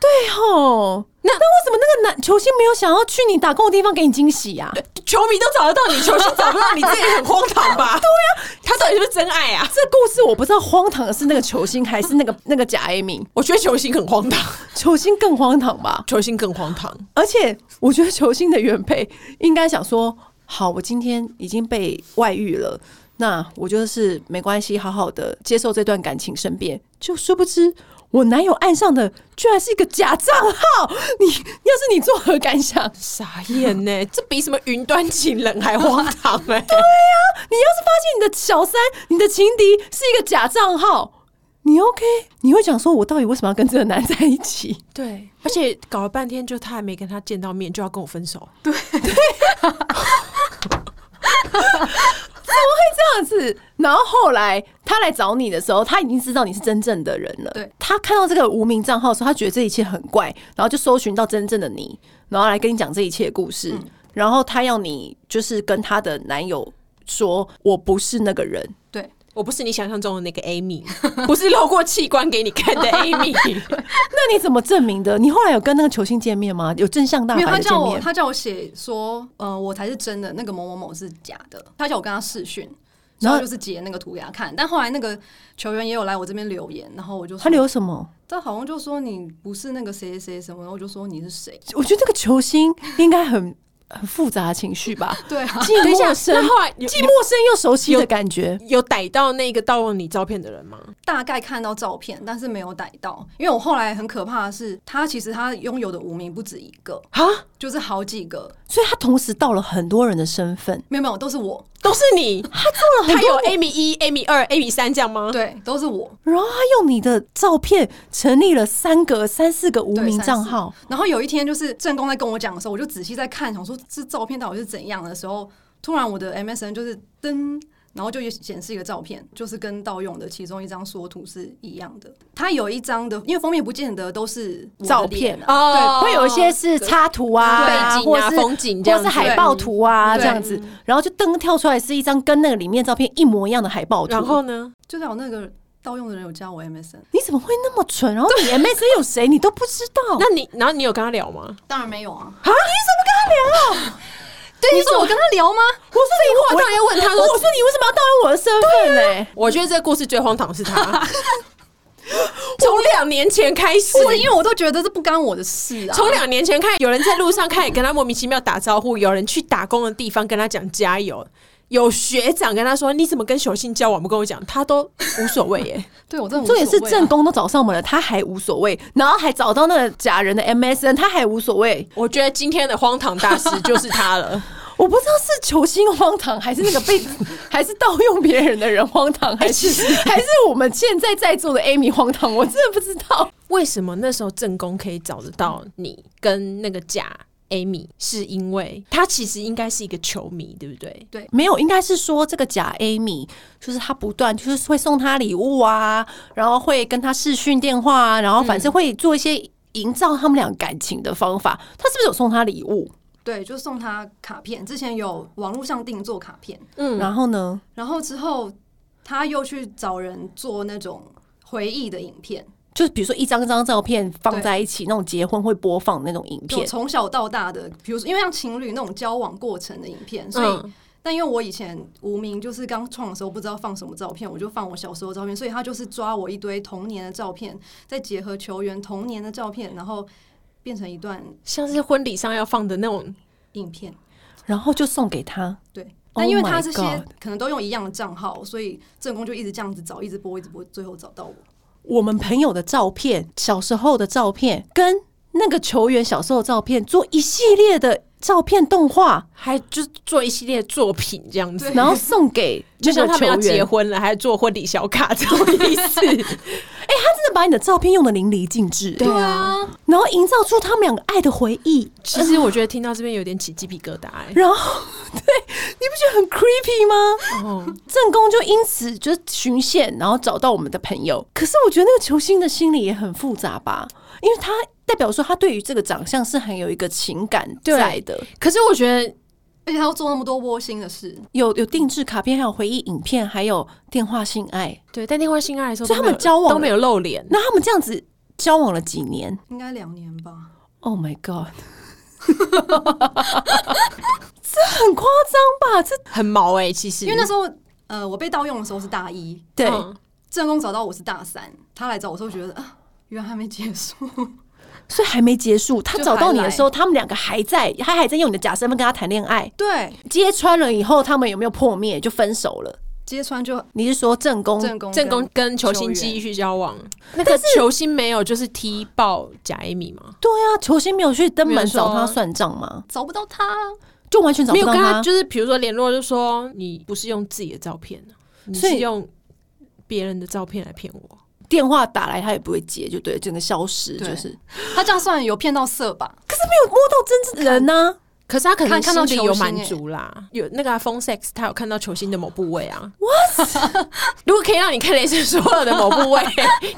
Speaker 1: 对吼。那那为什么那个男球星没有想要去你打工的地方给你惊喜呀、
Speaker 2: 球迷都找得到你，球星找不到你，这也很荒唐吧？ 对啊呀、他到底是不是真爱啊？
Speaker 1: 这故事我不知道荒唐的是那个球星还是那个那个假 Amy，
Speaker 2: 我觉得球星很荒唐，
Speaker 1: 球星更荒唐吧。
Speaker 2: 球星更荒唐。
Speaker 1: 而且我觉得球星的原配应该想说：好，我今天已经被外遇了，那我就是没关系，好好的接受这段感情生变。就殊不知，我男友岸上的居然是一个假账号，你要是你作何感想？
Speaker 2: 傻眼欸呢、这比什么云端情人还荒唐哎、
Speaker 1: 你要是发现你的小三、你的情敌是一个假账号，你 OK？你会想说，我到底为什么要跟这个男在一起？
Speaker 2: 对，而且搞了半天，就他还没跟他见到面，就要跟我分手。
Speaker 1: 怎么会这样子。然后后来他来找你的时候，他已经知道你是真正的人了。
Speaker 3: 对，
Speaker 1: 他看到这个无名账号的时候，他觉得这一切很怪，然后就搜寻到真正的你，然后来跟你讲这一切的故
Speaker 3: 嗯
Speaker 1: 事。然后他要你就是跟他的男友说，我不是那个人。
Speaker 3: 对，
Speaker 2: 我不是你想象中的那个 Amy，不 是露过器官给你看 的 Amy。
Speaker 1: 那你怎么证明的？你后来有跟那个球星见面吗？有真相大
Speaker 3: 因为
Speaker 1: 白
Speaker 3: 他
Speaker 1: 的见
Speaker 3: 叫我，
Speaker 1: 面？
Speaker 3: 他叫我写说，呃，我才是真的，那个某某某是假的。他叫我跟他视讯，
Speaker 1: 然
Speaker 3: 然
Speaker 1: 后
Speaker 3: 后就是截那个图给他看。但后来那个球员也有来我这边留言，然后我就说
Speaker 1: 他留什么？
Speaker 3: 他好像就说你不是那个谁谁谁什么，然后我就说你是谁？
Speaker 1: 我觉得这个球星应该很很复杂的情绪 吧，
Speaker 3: 对啊，
Speaker 1: 既
Speaker 2: 等一下
Speaker 1: 陌，生
Speaker 2: 那后来有
Speaker 1: 既陌生又熟悉的感觉。
Speaker 2: 有逮到那个盗用你照片的人吗？
Speaker 3: 大概看到照片，但是没有逮到，因为我后来很可怕的是，他其实他拥有的无名不止一个，
Speaker 2: 啊，
Speaker 3: 就是好几个，
Speaker 1: 所以他同时到了很多人的身份，
Speaker 3: 没有没有，都是我，
Speaker 2: 都是你，他做了他有 Amy 一、Amy 二、Amy 三这样吗？
Speaker 3: 对，都是我。
Speaker 1: 然后他用你的照片成立了三个、三四个无
Speaker 3: 对
Speaker 1: 名
Speaker 3: 三
Speaker 1: 账
Speaker 3: 四
Speaker 1: 号，
Speaker 3: 然后有一天，就是正宫在跟我讲的时候，我就仔细在看，想说这照片到底是怎样的时候，突然我的 MSN 就是噔，然后就也显示一个照片，就是跟盗用的其中一张缩图是一样的。它有一张的，因为封面不见得都是我的
Speaker 1: 照片
Speaker 3: 脸啊，
Speaker 2: 哦，
Speaker 1: 会有一些是插图啊，
Speaker 2: 背景
Speaker 1: 或
Speaker 2: 啊、
Speaker 1: 是
Speaker 2: 风景这
Speaker 1: 或
Speaker 2: 样
Speaker 1: 是
Speaker 2: 子，嗯
Speaker 1: 海报图啊
Speaker 3: 对
Speaker 1: 这样子，然后就灯跳出来是一张跟那个里面照片一模一样的海报图。
Speaker 2: 然后呢？
Speaker 3: 就是有那个盗用的人有加我 MSN，
Speaker 1: 你怎么会那么蠢？然后你 MSN 有谁你都不知 道？
Speaker 2: 那你，然后你有跟他聊吗？
Speaker 3: 当然没有啊。啊，你怎么跟他聊？对，你说我跟他聊吗？
Speaker 1: 我说你
Speaker 2: 我当然要问他说啊
Speaker 1: 我说你为什么要盗用我的身份呢、
Speaker 2: 我觉得这个故事最荒唐的是他， 从两年前开始。
Speaker 3: 不是，因为我都觉得这不干我的事啊。
Speaker 2: 从两年前看，有人在路上看你跟他莫名其妙打招呼，有人去打工的地方跟他讲加油，有学长跟他说你怎么跟雄性交往不跟我讲，他都无所谓耶。
Speaker 3: 对我真的无
Speaker 1: 重点是
Speaker 3: 所谓啊
Speaker 1: 正宫都找上门了，他还无所谓，然后还找到那个假人的 MSN，他还无所谓。
Speaker 2: 我觉得今天的荒唐大师就是他了。
Speaker 1: 我不知道是球星荒唐，还是那个被 还是盗用别人的人荒唐，还是还是 我们现在在座的 Amy 荒唐，我真的不知道。
Speaker 2: 为什么那时候正宫可以找得到你跟那个假 Amy？是因为他其实应该是一个球迷，对不对？
Speaker 1: 没有，应该是说这个假 Amy，就是他不断就是会送他礼物啊，然后会跟他视讯电话啊，然后反正会做一些营造他们俩感情的方法。他是不是有送他礼物？
Speaker 3: 对，就送他卡片。之前有网络上定做卡片，
Speaker 2: 嗯，
Speaker 1: 然后呢？
Speaker 3: 然后之后他又去找人做那种回忆的影片，
Speaker 1: 就是比如说一张张照片放在一起，那种结婚会播放的那种影
Speaker 3: 就
Speaker 1: 片，
Speaker 3: 从小到大的，比如说因为像情侣那种交往过程的影片，所以。
Speaker 2: 嗯
Speaker 3: 但因为我以前无名，就是刚创的时候不知道放什么照片，我就放我小时候的照片，所以他就是抓我一堆童年的照片，再结合球员童年的照片，然后变成一段
Speaker 2: 像是婚礼上要放的那种，
Speaker 3: 影片。
Speaker 1: 然后就送给他。
Speaker 3: 对，
Speaker 1: Oh
Speaker 3: 但因为他
Speaker 1: my
Speaker 3: 这些
Speaker 1: God
Speaker 3: 可能都用一样的账号，所以正宫就一直这样子找，一直播，一直播，最后找到我。
Speaker 1: 我们朋友的照片，小时候的照片，跟那个球员小时候的照片做一系列的照片动画，
Speaker 2: 还就是做一系列作品这样 子
Speaker 3: 对。
Speaker 1: 然后送给
Speaker 2: 就
Speaker 1: 那
Speaker 2: 像
Speaker 1: 个
Speaker 2: 哎他
Speaker 1: 球
Speaker 2: 们要
Speaker 1: 员。
Speaker 2: 结婚了，还做婚礼小卡，这种意思。
Speaker 1: 他真的把你的照片用的淋漓尽致，
Speaker 2: 对啊，
Speaker 1: 然后营造出他们两个爱的回忆。
Speaker 2: 其实我觉得听到这边有点起鸡皮疙瘩、 欸。
Speaker 1: 然后， 对，你不觉得很 creepy 吗？
Speaker 2: 哦，
Speaker 1: 正宫就因此就循线，然后找到我们的朋友。可是我觉得那个球星的心理也很复杂吧，因为他代表说他对于这个长相是很有一个情感在的，
Speaker 2: 可是我觉得
Speaker 3: 而且他要做那么多窝心的事，
Speaker 1: 有有定制卡片，还有回忆影片，还有电话性爱。
Speaker 2: 对，但另外性爱的时候都
Speaker 1: 所
Speaker 2: 没
Speaker 1: 以他
Speaker 2: 有，
Speaker 1: 们交往
Speaker 2: 都没有露脸。
Speaker 1: 那他们这样子交往了几年
Speaker 3: 应该两年吧。
Speaker 1: ？Oh my god！这很夸张吧？这
Speaker 2: 很毛哎、其实
Speaker 3: 因为那时候，呃，我被盗用的时候是大一，
Speaker 1: 对、
Speaker 2: 嗯
Speaker 3: 正宫找到我是大三，他来找我的时候觉得啊，原来还没结束。
Speaker 1: 所以还没结束。他
Speaker 3: 就
Speaker 1: 找到
Speaker 3: 还
Speaker 1: 你的
Speaker 3: 来
Speaker 1: 时候，他们两个还在，他还在用你的假身份跟他谈恋爱。
Speaker 3: 对，
Speaker 1: 揭穿了以后，他们有没有破灭就分手了？
Speaker 3: 揭穿就
Speaker 1: 你是说正宫？
Speaker 3: 正宫
Speaker 2: 哦正宫
Speaker 3: 跟
Speaker 2: 跟球星继续交往，那个球星没有就是踢爆贾艾米吗？
Speaker 1: 对啊，球星没有去登
Speaker 2: 没有
Speaker 1: 门
Speaker 2: 说
Speaker 1: 找他算账吗？
Speaker 3: 找不到他，
Speaker 1: 就完全找
Speaker 2: 没
Speaker 1: 不到
Speaker 2: 有跟
Speaker 1: 他。
Speaker 2: 就是比如说联络，就说你不是用自己的照片，啊你
Speaker 1: 所
Speaker 2: 是
Speaker 1: 以
Speaker 2: 用别人的照片来骗我。
Speaker 1: 电话打来他也不会接，就对，整个消失，
Speaker 3: 对
Speaker 1: 就是
Speaker 3: 他这样算有骗到色吧？
Speaker 1: 可是没有摸到真正人呢、啊
Speaker 2: 可是他可能
Speaker 3: 看看到
Speaker 2: 心里有
Speaker 3: 球星
Speaker 2: 满
Speaker 3: 欸
Speaker 2: 足啦，有那个啊 phone sex，他有看到球星的某部位啊。What？如 果可以让你看雷神所有的某部 位，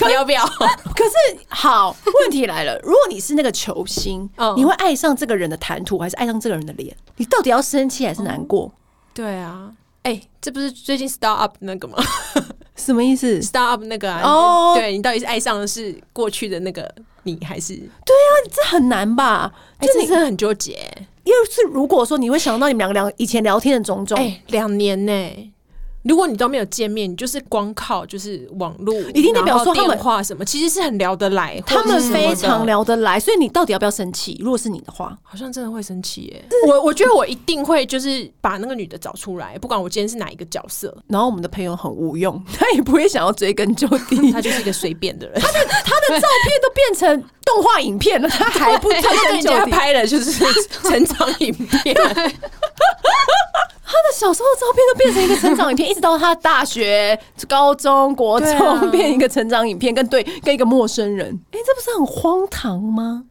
Speaker 2: 你要不要？
Speaker 1: 可是好，问题来了，如果你是那个球 星，
Speaker 2: 嗯
Speaker 1: 你会爱上这个人的谈吐，还是爱上这个人的脸？你到底要生气还是难过？
Speaker 2: 对啊，哎、这不是最近 Star Up 那个吗
Speaker 1: 什么意思？
Speaker 2: ？Star Up 那个啊，
Speaker 1: 哦
Speaker 2: 对你到底是爱上的是过去的那个你，还是
Speaker 1: 这很难吧？
Speaker 2: 哎、
Speaker 1: 就
Speaker 2: 这
Speaker 1: 你，
Speaker 2: 真的很纠结、
Speaker 1: 因为是如果说你会想到你们两个聊以前聊天的种种，
Speaker 2: 哎、两年呢、如果你都没有见面，你就是光靠就是网络，
Speaker 1: 一定代表说他们
Speaker 2: 然后电话什么，其实是很聊得来，
Speaker 1: 他
Speaker 2: 或
Speaker 1: 们
Speaker 2: 者是什么的
Speaker 1: 非常，聊得来，所以你到底要不要生气？如果是你的话，
Speaker 2: 好像真的会生气耶、我我觉得我一定会就是把那个女的找出来，不管我今天是哪一个角色，
Speaker 1: 然后我们的朋友很无用， 他也不会想要追根究底，
Speaker 2: 她就是一个随便 的人，
Speaker 1: 他的照片都变成动画影片了， 他还不追
Speaker 2: 她就跟
Speaker 1: 根
Speaker 2: 人
Speaker 1: 究
Speaker 2: 家
Speaker 1: 底。
Speaker 2: 拍了就是 成长影片，
Speaker 1: 他的小时候照片都变成一个成长影片，一直到他大学、高中、国 中、
Speaker 2: 对啊
Speaker 1: 变一个成长影片，跟对跟一个陌生 人，哎、这不是很荒唐吗？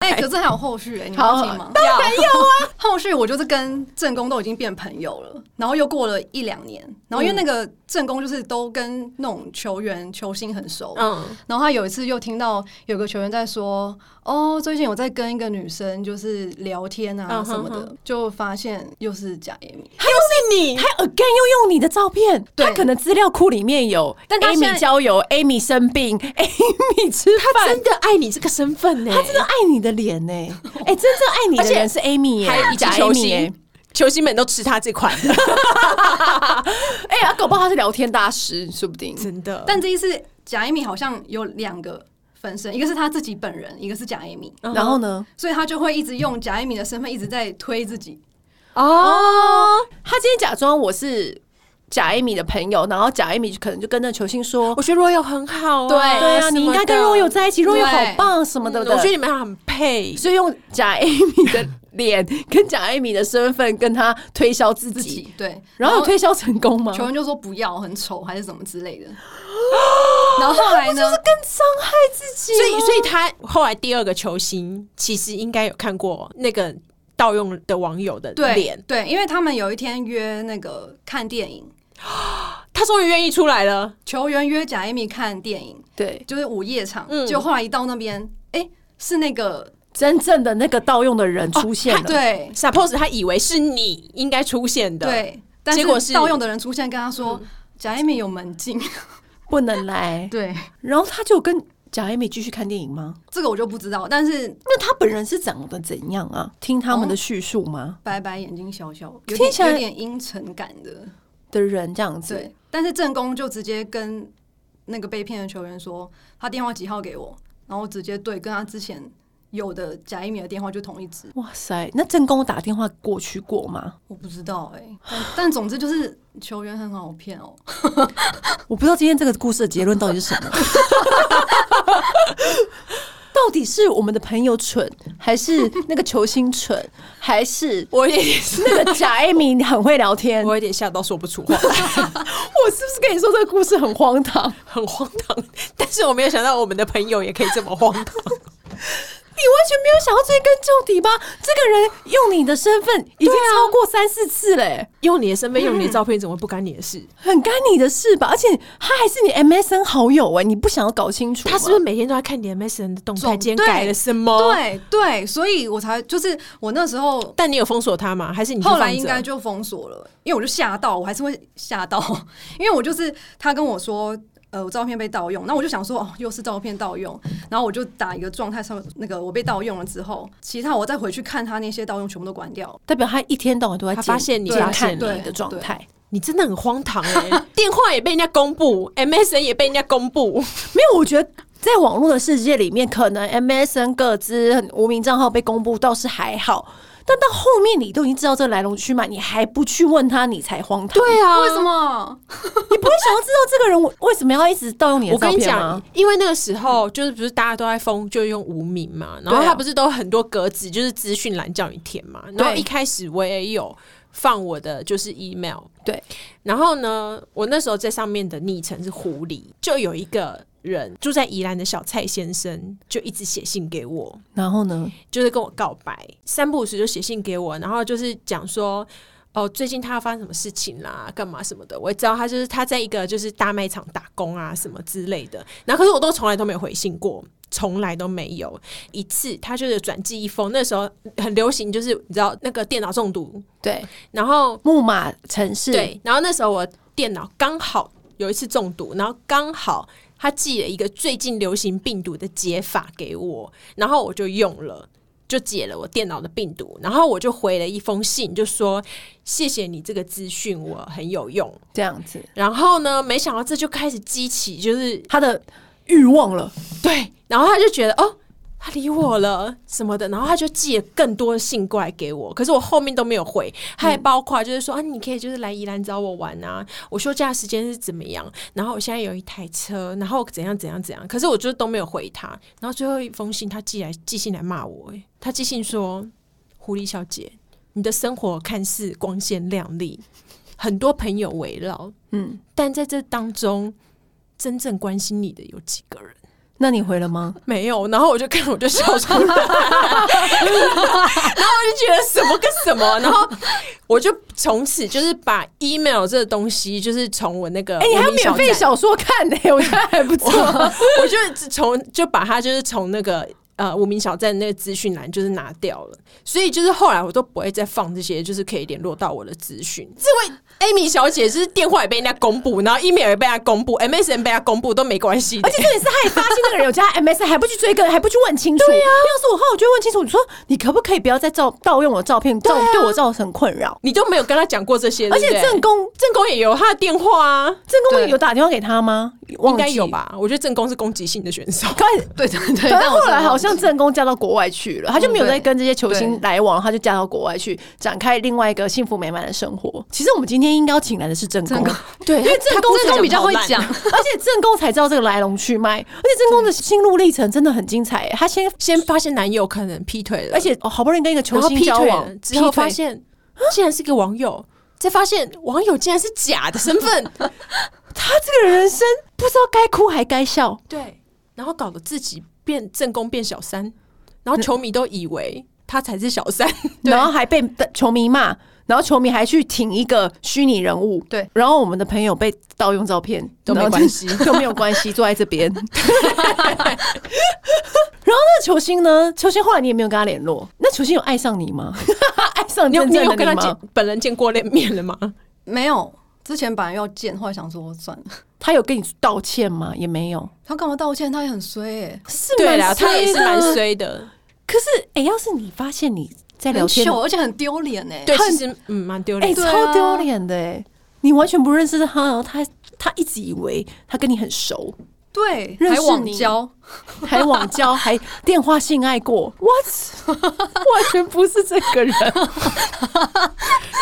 Speaker 3: 哎、可是还有后续哎、你
Speaker 1: 好
Speaker 3: 要听吗？
Speaker 2: 要
Speaker 3: 后续我就是跟正宫都已经变朋友了，然后又过了一两年，然后因为那个正宫就是都跟那种球员、球星很熟，
Speaker 2: 嗯，
Speaker 3: 然后他有一次又听到有个球员在说：“哦，最近我在跟一个女生就是聊天啊
Speaker 2: 嗯哼
Speaker 3: 什么的，就发现又是假 Amy。
Speaker 1: 嗯
Speaker 2: 又是你，
Speaker 1: 他 again 又用你的照片，
Speaker 3: 对
Speaker 1: 他可能资料库里面有，
Speaker 3: 但他现在
Speaker 1: Amy 交友，Amy 生病，Amy 吃
Speaker 2: 他
Speaker 1: 饭
Speaker 2: 真。的爱你这个身份呢、
Speaker 1: 他真的爱你的脸呢、 哎、真正爱你的人是 Amy 耶、
Speaker 2: 还一
Speaker 1: 假
Speaker 2: 假
Speaker 1: Amy
Speaker 2: 球
Speaker 1: 耶、
Speaker 2: 星， 球星们都吃他这款，
Speaker 1: 哎、呀，搞不好他是聊天大师，说不定。
Speaker 2: 真的。
Speaker 3: 但这一次假 Amy 好像有两个分身，一个是他自己本人，一个是假 Amy，
Speaker 1: 然后呢？
Speaker 3: 所以他就会一直用假 Amy 的身份一直在推自己。
Speaker 2: 哦，
Speaker 1: 他今天假装我是假 Amy 的朋友，然后假 Amy 可能就跟那球星说
Speaker 2: 我觉得若友很好、啊，
Speaker 3: 对
Speaker 1: 对啊，你应该跟若友在一起，若友好
Speaker 3: 对
Speaker 1: 棒什么
Speaker 2: 什么
Speaker 1: 的
Speaker 2: 的，
Speaker 1: 的。
Speaker 2: 嗯我觉得你们很配。
Speaker 1: 所以用假 Amy 的脸跟假 Amy 的身份跟他推销自
Speaker 3: 自
Speaker 1: 己，
Speaker 3: 己对，
Speaker 1: 然后有推销成功吗？
Speaker 3: 球员就说不要，很丑还是什么之类的。
Speaker 1: 嗯
Speaker 3: 然后后来 呢？
Speaker 1: 更伤害自己
Speaker 2: 所以，所以他后来第二个球星其实应该有看过那个盗用的网友的
Speaker 3: 对
Speaker 2: 脸，
Speaker 3: 对，因为他们有一天约那个看电影，
Speaker 2: 他终于愿意出来了。
Speaker 3: 球员约贾 Amy 看电影，
Speaker 1: 对
Speaker 3: 就是午夜场。
Speaker 2: 嗯
Speaker 3: 就后来一到那边，哎、是那个
Speaker 1: 真正的那个盗用的人出现了，
Speaker 3: 哦对
Speaker 2: Suppose 他以为是你应该出现的，，
Speaker 3: 对，但
Speaker 2: 结果是
Speaker 3: 盗用的人出现，跟他说贾 Amy 有门禁。
Speaker 1: 不能来。
Speaker 3: 对，
Speaker 1: 然后他就跟假 Amy 继续看电影吗？
Speaker 3: 这个我就不知道，但是
Speaker 1: 那他本人是长得怎样啊？听他们的叙述吗？
Speaker 3: 白白眼睛小小，
Speaker 1: 听
Speaker 3: 有点
Speaker 1: 起来
Speaker 3: 有点阴沉感的。
Speaker 1: 的人这样子，
Speaker 3: 对，但是正宫就直接跟那个被骗的球员说，他电话几号给我，然后直接对跟他之前有的贾 Amy 的电话就同一支。
Speaker 1: 哇塞，那正宫打电话过去过吗？
Speaker 3: 我不知道哎、但但总之就是球员很好骗哦、
Speaker 1: 我不知道今天这个故事的结论到底是什么。 到底是我们的朋友蠢，还是那个球星蠢，还是
Speaker 2: 我有点，
Speaker 1: 那个假 Amy 很会聊天？
Speaker 2: 我有点吓到说不出话，
Speaker 1: 我是不是跟你说这个故事很荒唐？
Speaker 2: 很荒唐。但是我没有想到我们的朋友也可以这么荒唐。
Speaker 1: 你完全没有想要追根究底吧？这个人用你的身份已经超过三四次嘞、
Speaker 2: 用你的身份，用你的照片，怎么会不干你的 事？
Speaker 1: 很干你的事吧？而且他还是你 MSN 好友哎、你不想要搞清楚吗？
Speaker 2: 他是不是每天都在看你的 MSN 的动态？
Speaker 3: 啊总
Speaker 2: 今天改了什么？。
Speaker 3: 对对，所以我才就是我那时候
Speaker 2: 但你有封锁他吗？还是你就
Speaker 3: 后来
Speaker 2: 放着
Speaker 3: 应该就封锁了，因为我就吓到，我还是会吓到，因为我就是他跟我说。呃，我照片被盗用，那我就想说，哦，又是照片盗用，然后我就打一个状态上，那个我被盗用了之后，其他我再回去看他那些盗用全部都关掉，
Speaker 1: 代表他一天到晚都在
Speaker 2: 他
Speaker 1: 监
Speaker 2: 发现你
Speaker 1: 监
Speaker 2: 发
Speaker 1: 看
Speaker 2: 现
Speaker 1: 你
Speaker 3: 了
Speaker 1: 的状
Speaker 3: 对
Speaker 1: 态。
Speaker 2: 你真的很荒唐哎、 电话也被人家公布，MSN 也被人家公布，
Speaker 1: 没有，我觉得在网络的世界里面，可能 MSN 各资很无名账号被公布倒是还好，但到后面你都已经知道这来龙去脉，你还不去问他，你才荒唐。
Speaker 2: 对啊
Speaker 3: 为什？么？
Speaker 1: 你不会想要知道这个人我为什么要一直盗用你的
Speaker 2: 我
Speaker 1: 照
Speaker 2: 跟你
Speaker 1: 片
Speaker 2: 讲
Speaker 1: 吗？，
Speaker 2: 因为那个时候就是不是大家都在封，就用无名嘛，然后
Speaker 1: 对啊
Speaker 2: 他不是都有很多格子，就是资讯栏叫你填嘛，然后
Speaker 1: 对
Speaker 2: 一开始我也有放我的就是 email，
Speaker 1: 对，
Speaker 2: 然后呢，我那时候在上面的昵称是狐狸，就有一个人，住在宜兰的小蔡先生，就一直写信给我，
Speaker 1: 然后呢？
Speaker 2: 就是跟我告白，三不五时就写信给我，然后就是讲说。哦，最近他发生什么事情啦、干嘛什么的，我也知道他就是他在一个就是大卖场打工啊，什么之类的。然后可是我都从来都没有回信过，从来都没有一次。他就是转寄一封，那时候很流行，就是你知道那个电脑中毒，
Speaker 1: 对，
Speaker 2: 然后
Speaker 1: 木马城市，
Speaker 2: 对，然后那时候我电脑刚好有一次中毒，然后刚好他寄了一个最近流行病毒的解法给我，然后我就用了。就解了我电脑的病毒，然后我就回了一封信，就说谢谢你这个资讯，我很有用。
Speaker 1: 这样子，
Speaker 2: 然后呢，没想到这就开始激起，就是
Speaker 1: 他的欲望了。
Speaker 2: 对，然后他就觉得哦，他理我了什么的，然后他就哦寄了更多的信过来给我，可是我后面都没有回，他还包括就是说、啊，你可以就是来宜兰找我玩啊，我休假时间是怎么样，然后我现在有一台车，然后怎样怎样怎样，可是我就是都没有回他，然后最后一封信他寄来寄信来骂我、欸，他寄信说，狐狸小姐，你的生活看似光鲜亮丽，很多朋友围绕，
Speaker 1: 嗯，
Speaker 2: 但在这当中，真正关心你的有几个人？
Speaker 1: 那你回了吗？
Speaker 2: 没有，然后我就看我就笑出来，然后我就觉得什么跟什么，然后我就从此就是把 email 这个东西，就是从我那个
Speaker 1: 哎、你还有
Speaker 2: 无名
Speaker 1: 免费
Speaker 2: 站
Speaker 1: 小说看呢、 我觉得还不错。
Speaker 2: 我我就从就把它就是从那个呃无名小站那个资讯栏就是拿掉了，所以就是后来我都不会再放这些，就是可以联络到我的资讯。这位 Amy 小姐就是电话也被人家公布，然后 email 也被她公布，MSN 被她公布都没关系的
Speaker 1: 而。且重点是，他还发现那个人有加 MS，还不去追根，还不去问清楚。对呀、要是我后来我就会问清楚，你说你可不可以不要再照盗用我的照片，造对我造成困扰？
Speaker 2: 你都没有跟她讲过这些，
Speaker 1: 而且
Speaker 2: 对不对
Speaker 1: 正宫
Speaker 2: 正宫也有他的电话啊，
Speaker 1: 正宫
Speaker 3: 对
Speaker 1: 有打电话给他吗？
Speaker 2: 应
Speaker 1: 忘
Speaker 2: 该
Speaker 1: 记
Speaker 2: 有？吧？我觉得正宫是攻击性的选手。
Speaker 1: 刚
Speaker 3: 对对对，
Speaker 1: 反
Speaker 3: 但
Speaker 1: 正后
Speaker 3: 我真的
Speaker 1: 来好
Speaker 3: 忘记
Speaker 1: 像正宫嫁到国外去了，他就没有
Speaker 3: 嗯对
Speaker 1: 再跟这些球星
Speaker 3: 对
Speaker 1: 来往，他就嫁到国外去，展开另外一个幸福美满的生活。其实我们今天应该要请来的是正宫
Speaker 3: 正宫，
Speaker 1: 对，因 为正宫
Speaker 3: 正宫比较会 讲，
Speaker 1: 而且正宫才知道这个来龙去脉，而且正宫的心路历程真的很精彩耶。他先，
Speaker 2: 先发现男友可能劈腿了，
Speaker 1: 而且哦好不容易跟一个球
Speaker 2: 然后
Speaker 1: 星
Speaker 2: 劈
Speaker 1: 交
Speaker 2: 腿
Speaker 1: 往
Speaker 2: 了，之
Speaker 1: 劈
Speaker 2: 后
Speaker 1: 腿
Speaker 2: 发现 竟然是个网友，再发现网友竟然是假的身份，
Speaker 1: 他这个人生不知道该哭还该笑。
Speaker 2: 对，然后搞得自己变正宫变小三，然后球迷都以为他才是小三，
Speaker 1: 然后还被球迷骂，然后球迷还去挺一个虚拟人物，
Speaker 3: 对
Speaker 1: 然后我们的朋友被盗用照片
Speaker 2: 都没
Speaker 1: 然后就
Speaker 2: 关系
Speaker 1: 都没有关系，坐在这边。 然后那个球星呢？球星后来你也没有跟他联络，那球星有爱上你吗？ 爱上
Speaker 2: 你有
Speaker 1: 真
Speaker 2: 你
Speaker 1: 正
Speaker 2: 有
Speaker 1: 的
Speaker 2: 跟他
Speaker 1: 你
Speaker 2: 见
Speaker 1: 吗？
Speaker 2: 本人见过面了吗？
Speaker 3: 没有，之前本来要见，后来想说算了，
Speaker 1: 他有跟你道歉吗？也没有，
Speaker 3: 他干嘛道歉？他也很衰哎、
Speaker 1: 是
Speaker 2: 对啦，
Speaker 1: 啦，
Speaker 2: 他也是蛮
Speaker 1: 衰的。
Speaker 2: 衰的，
Speaker 1: 可是，哎、要是你发现你在聊
Speaker 3: 很
Speaker 1: 天，
Speaker 3: 糗，而且很丢脸哎。
Speaker 2: 对，
Speaker 1: 他
Speaker 2: 其实嗯蛮丢
Speaker 1: 哎、
Speaker 2: 脸的。
Speaker 3: 对啊
Speaker 1: 超丢脸的、哎，你完全不认识他，然后他他一直以为他跟你很熟，
Speaker 3: 对，
Speaker 1: 认识
Speaker 3: 还网
Speaker 1: 你
Speaker 3: 交，
Speaker 1: 还网交，还电话性爱过，what？完全不是这个人，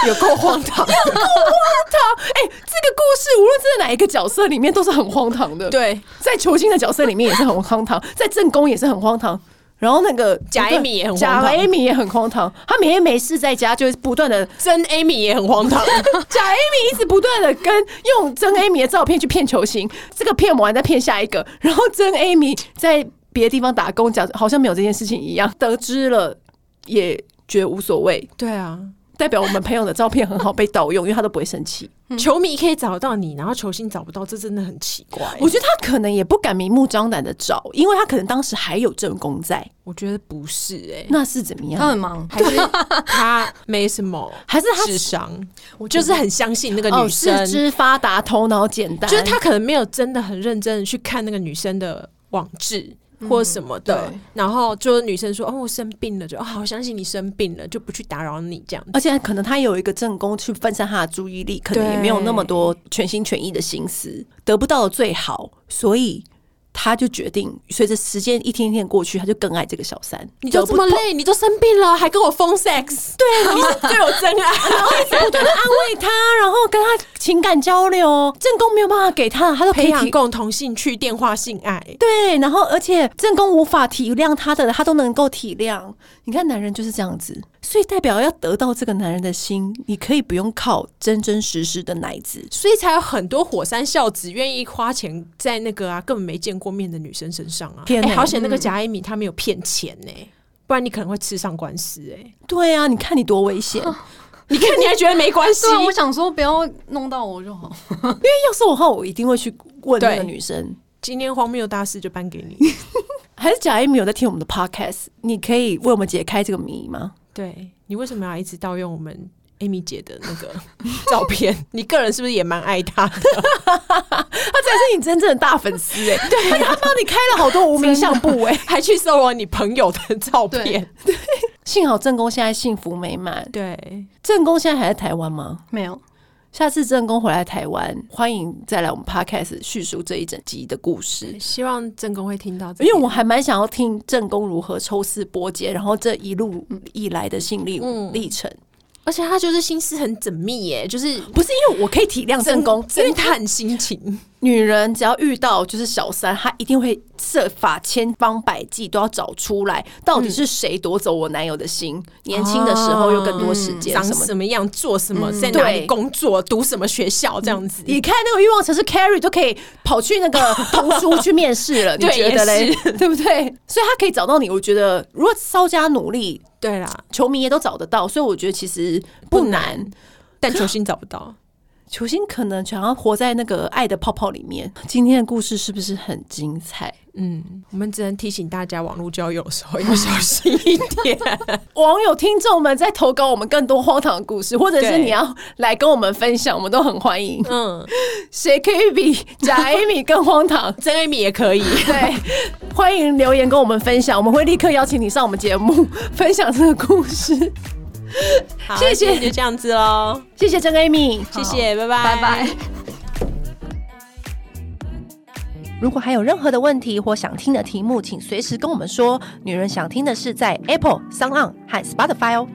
Speaker 1: 有够荒唐， 有够荒唐！哎、这个故事无论是在哪一个角色里面都是很荒唐的，，
Speaker 2: 对，
Speaker 1: 在球星的角色里面也是很荒唐，在正宫也是很荒唐。然后那个
Speaker 2: 假 Amy 也很荒
Speaker 1: 假
Speaker 2: 唐
Speaker 1: Amy 也很荒唐，他每天没事在家就是不断 的
Speaker 2: 真 Amy 也很荒唐。
Speaker 1: 假 Amy 一直不断的跟用真 Amy 的照片去骗球星，这个骗完再骗下一个，然后真 Amy 在别的地方打工，讲好像没有这件事情一样，得知了也觉无所谓，
Speaker 2: 对啊，
Speaker 1: 代表我们朋友的照片很好被盗用，因为他都不会生气。
Speaker 2: 球迷可以找到你，然后球星找不到，这真的很奇怪。
Speaker 1: 我
Speaker 2: 我
Speaker 1: 觉得他可能也不敢明目张胆的找，因为他可能当时还有正宫在，
Speaker 2: 我觉得不是哎、
Speaker 1: 那是欸怎么
Speaker 3: 他
Speaker 1: 样？
Speaker 3: 很忙，
Speaker 2: 还是他没什么
Speaker 1: 还是他
Speaker 2: 智商，我就是很相信那个
Speaker 1: 哦，
Speaker 2: 女生，
Speaker 1: 四肢发达，头脑简单，
Speaker 2: 就是他可能没有真的很认真地去看那个女生的网志。
Speaker 1: 嗯
Speaker 2: 或什么的，
Speaker 3: 对
Speaker 2: 然后就是女生说：“哦，我生病了，就哦，好相信你生病了，就不去打扰你这样子。
Speaker 1: 而且可能他有一个正宫去分散他的注意力，可能也没有那么多全心全意的心思，得不到的最好，所以他就决定随着时间一天一天过去，他就更爱这个小三。
Speaker 2: 你都这么
Speaker 1: 得不到
Speaker 2: 累，你都生病了，还跟我疯 sex，对，你 是
Speaker 1: 啊
Speaker 2: 对我真爱。
Speaker 1: 不断的安慰他，然后跟他情感交流，正宫没有办法给他的，他都 可以
Speaker 2: 培养
Speaker 1: 提
Speaker 2: 共同兴趣，电话性爱，
Speaker 1: 对，然后而且正宫无法体谅他的，他都能够体谅。你看，男人就是这样子，所以代表要得到这个男人的心，你可以不用靠真真实实的奶子。
Speaker 2: 所以才有很多火山孝子愿意花钱在那个啊根本没见过面的女生身上啊。
Speaker 1: 天哪
Speaker 2: 哎好险那个贾艾米她没有骗钱呢、 不然你可能会吃上官司哎、
Speaker 1: 对啊，你看你多危 险！
Speaker 2: 你看你还觉得没关 系
Speaker 3: 对，啊，我想说不要弄到我就好。
Speaker 1: 要是我的话，我一定会去问那个
Speaker 2: 对
Speaker 1: 女生。
Speaker 2: 今天荒谬大事就颁 给你。
Speaker 1: 还是贾艾米有在听我们的 podcast，你可以为我们解开这个谜 吗？
Speaker 2: 对你为什么要一直盗用我们 Amy 姐的那个照片？你个人是不是也蛮爱她 的？
Speaker 1: 他才是你真正的大粉丝哎、 对、他帮你开了好多无名相簿哎、
Speaker 2: 还去搜罗你朋友的照片？
Speaker 1: 幸好正宫现在幸福美满，
Speaker 2: 对，
Speaker 1: 正宫现在还在台湾吗？
Speaker 3: 没有，
Speaker 1: 下次正宫回来台湾，欢迎再来我们 podcast 叙述这一整集的故事。
Speaker 2: 希望正宫会听到这
Speaker 1: 因
Speaker 2: 个，
Speaker 1: 为我还蛮想要听正宫如何抽丝剥茧，然后这一路以来的心历
Speaker 2: 嗯
Speaker 1: 历程，
Speaker 2: 而且他就是心思很缜密耶，就是
Speaker 1: 不是因为我可以体谅正宫，因为
Speaker 2: 侦探心情。
Speaker 1: 女人只要遇到就是小三，她一定会设法千方百计都要找出来，到底是谁夺走我男友的心。年轻的时候又更多时间
Speaker 2: 长
Speaker 1: 什么的。
Speaker 2: 什么样，做什么，在哪
Speaker 1: 对
Speaker 2: 里工作，读什么学校，这样子。
Speaker 1: 你看那个欲望城市 Carrie 都可以跑去那个童书去面试 了，你
Speaker 2: 对
Speaker 1: 觉得嘞
Speaker 2: 也？
Speaker 1: 对不对？所以她可以找到你，我觉得如果稍加努力，
Speaker 2: 对啦，
Speaker 1: 球迷也都找得到。所以我觉得其实不难。
Speaker 2: 但球星找 不到。
Speaker 1: 球星可能想要活在那个爱的泡泡里面。今天的故事是不是很精彩？
Speaker 2: 嗯，我们只能提醒大家，网络交友的时候要小心一点。
Speaker 1: 网友听众们在投稿我们更多荒唐的故事，或者是
Speaker 2: 对
Speaker 1: 你要来跟我们分享，我们都很欢迎。
Speaker 2: 嗯，？
Speaker 1: 谁可以比 贾艾米更荒唐
Speaker 2: 真艾米也 可以。
Speaker 1: 对，欢迎留言跟我们分享，我们会立刻邀请你上我们节目 分享这个故事。
Speaker 2: 好
Speaker 1: 谢谢
Speaker 2: 今天就这样子喽，
Speaker 1: 谢谢真艾米，
Speaker 2: 谢谢，拜拜，
Speaker 3: 拜拜。。
Speaker 1: 如果还有任何的问题或想听的题目，请随时跟我们说。女人想听的是在 Apple、s o n 和 Spotify 哦。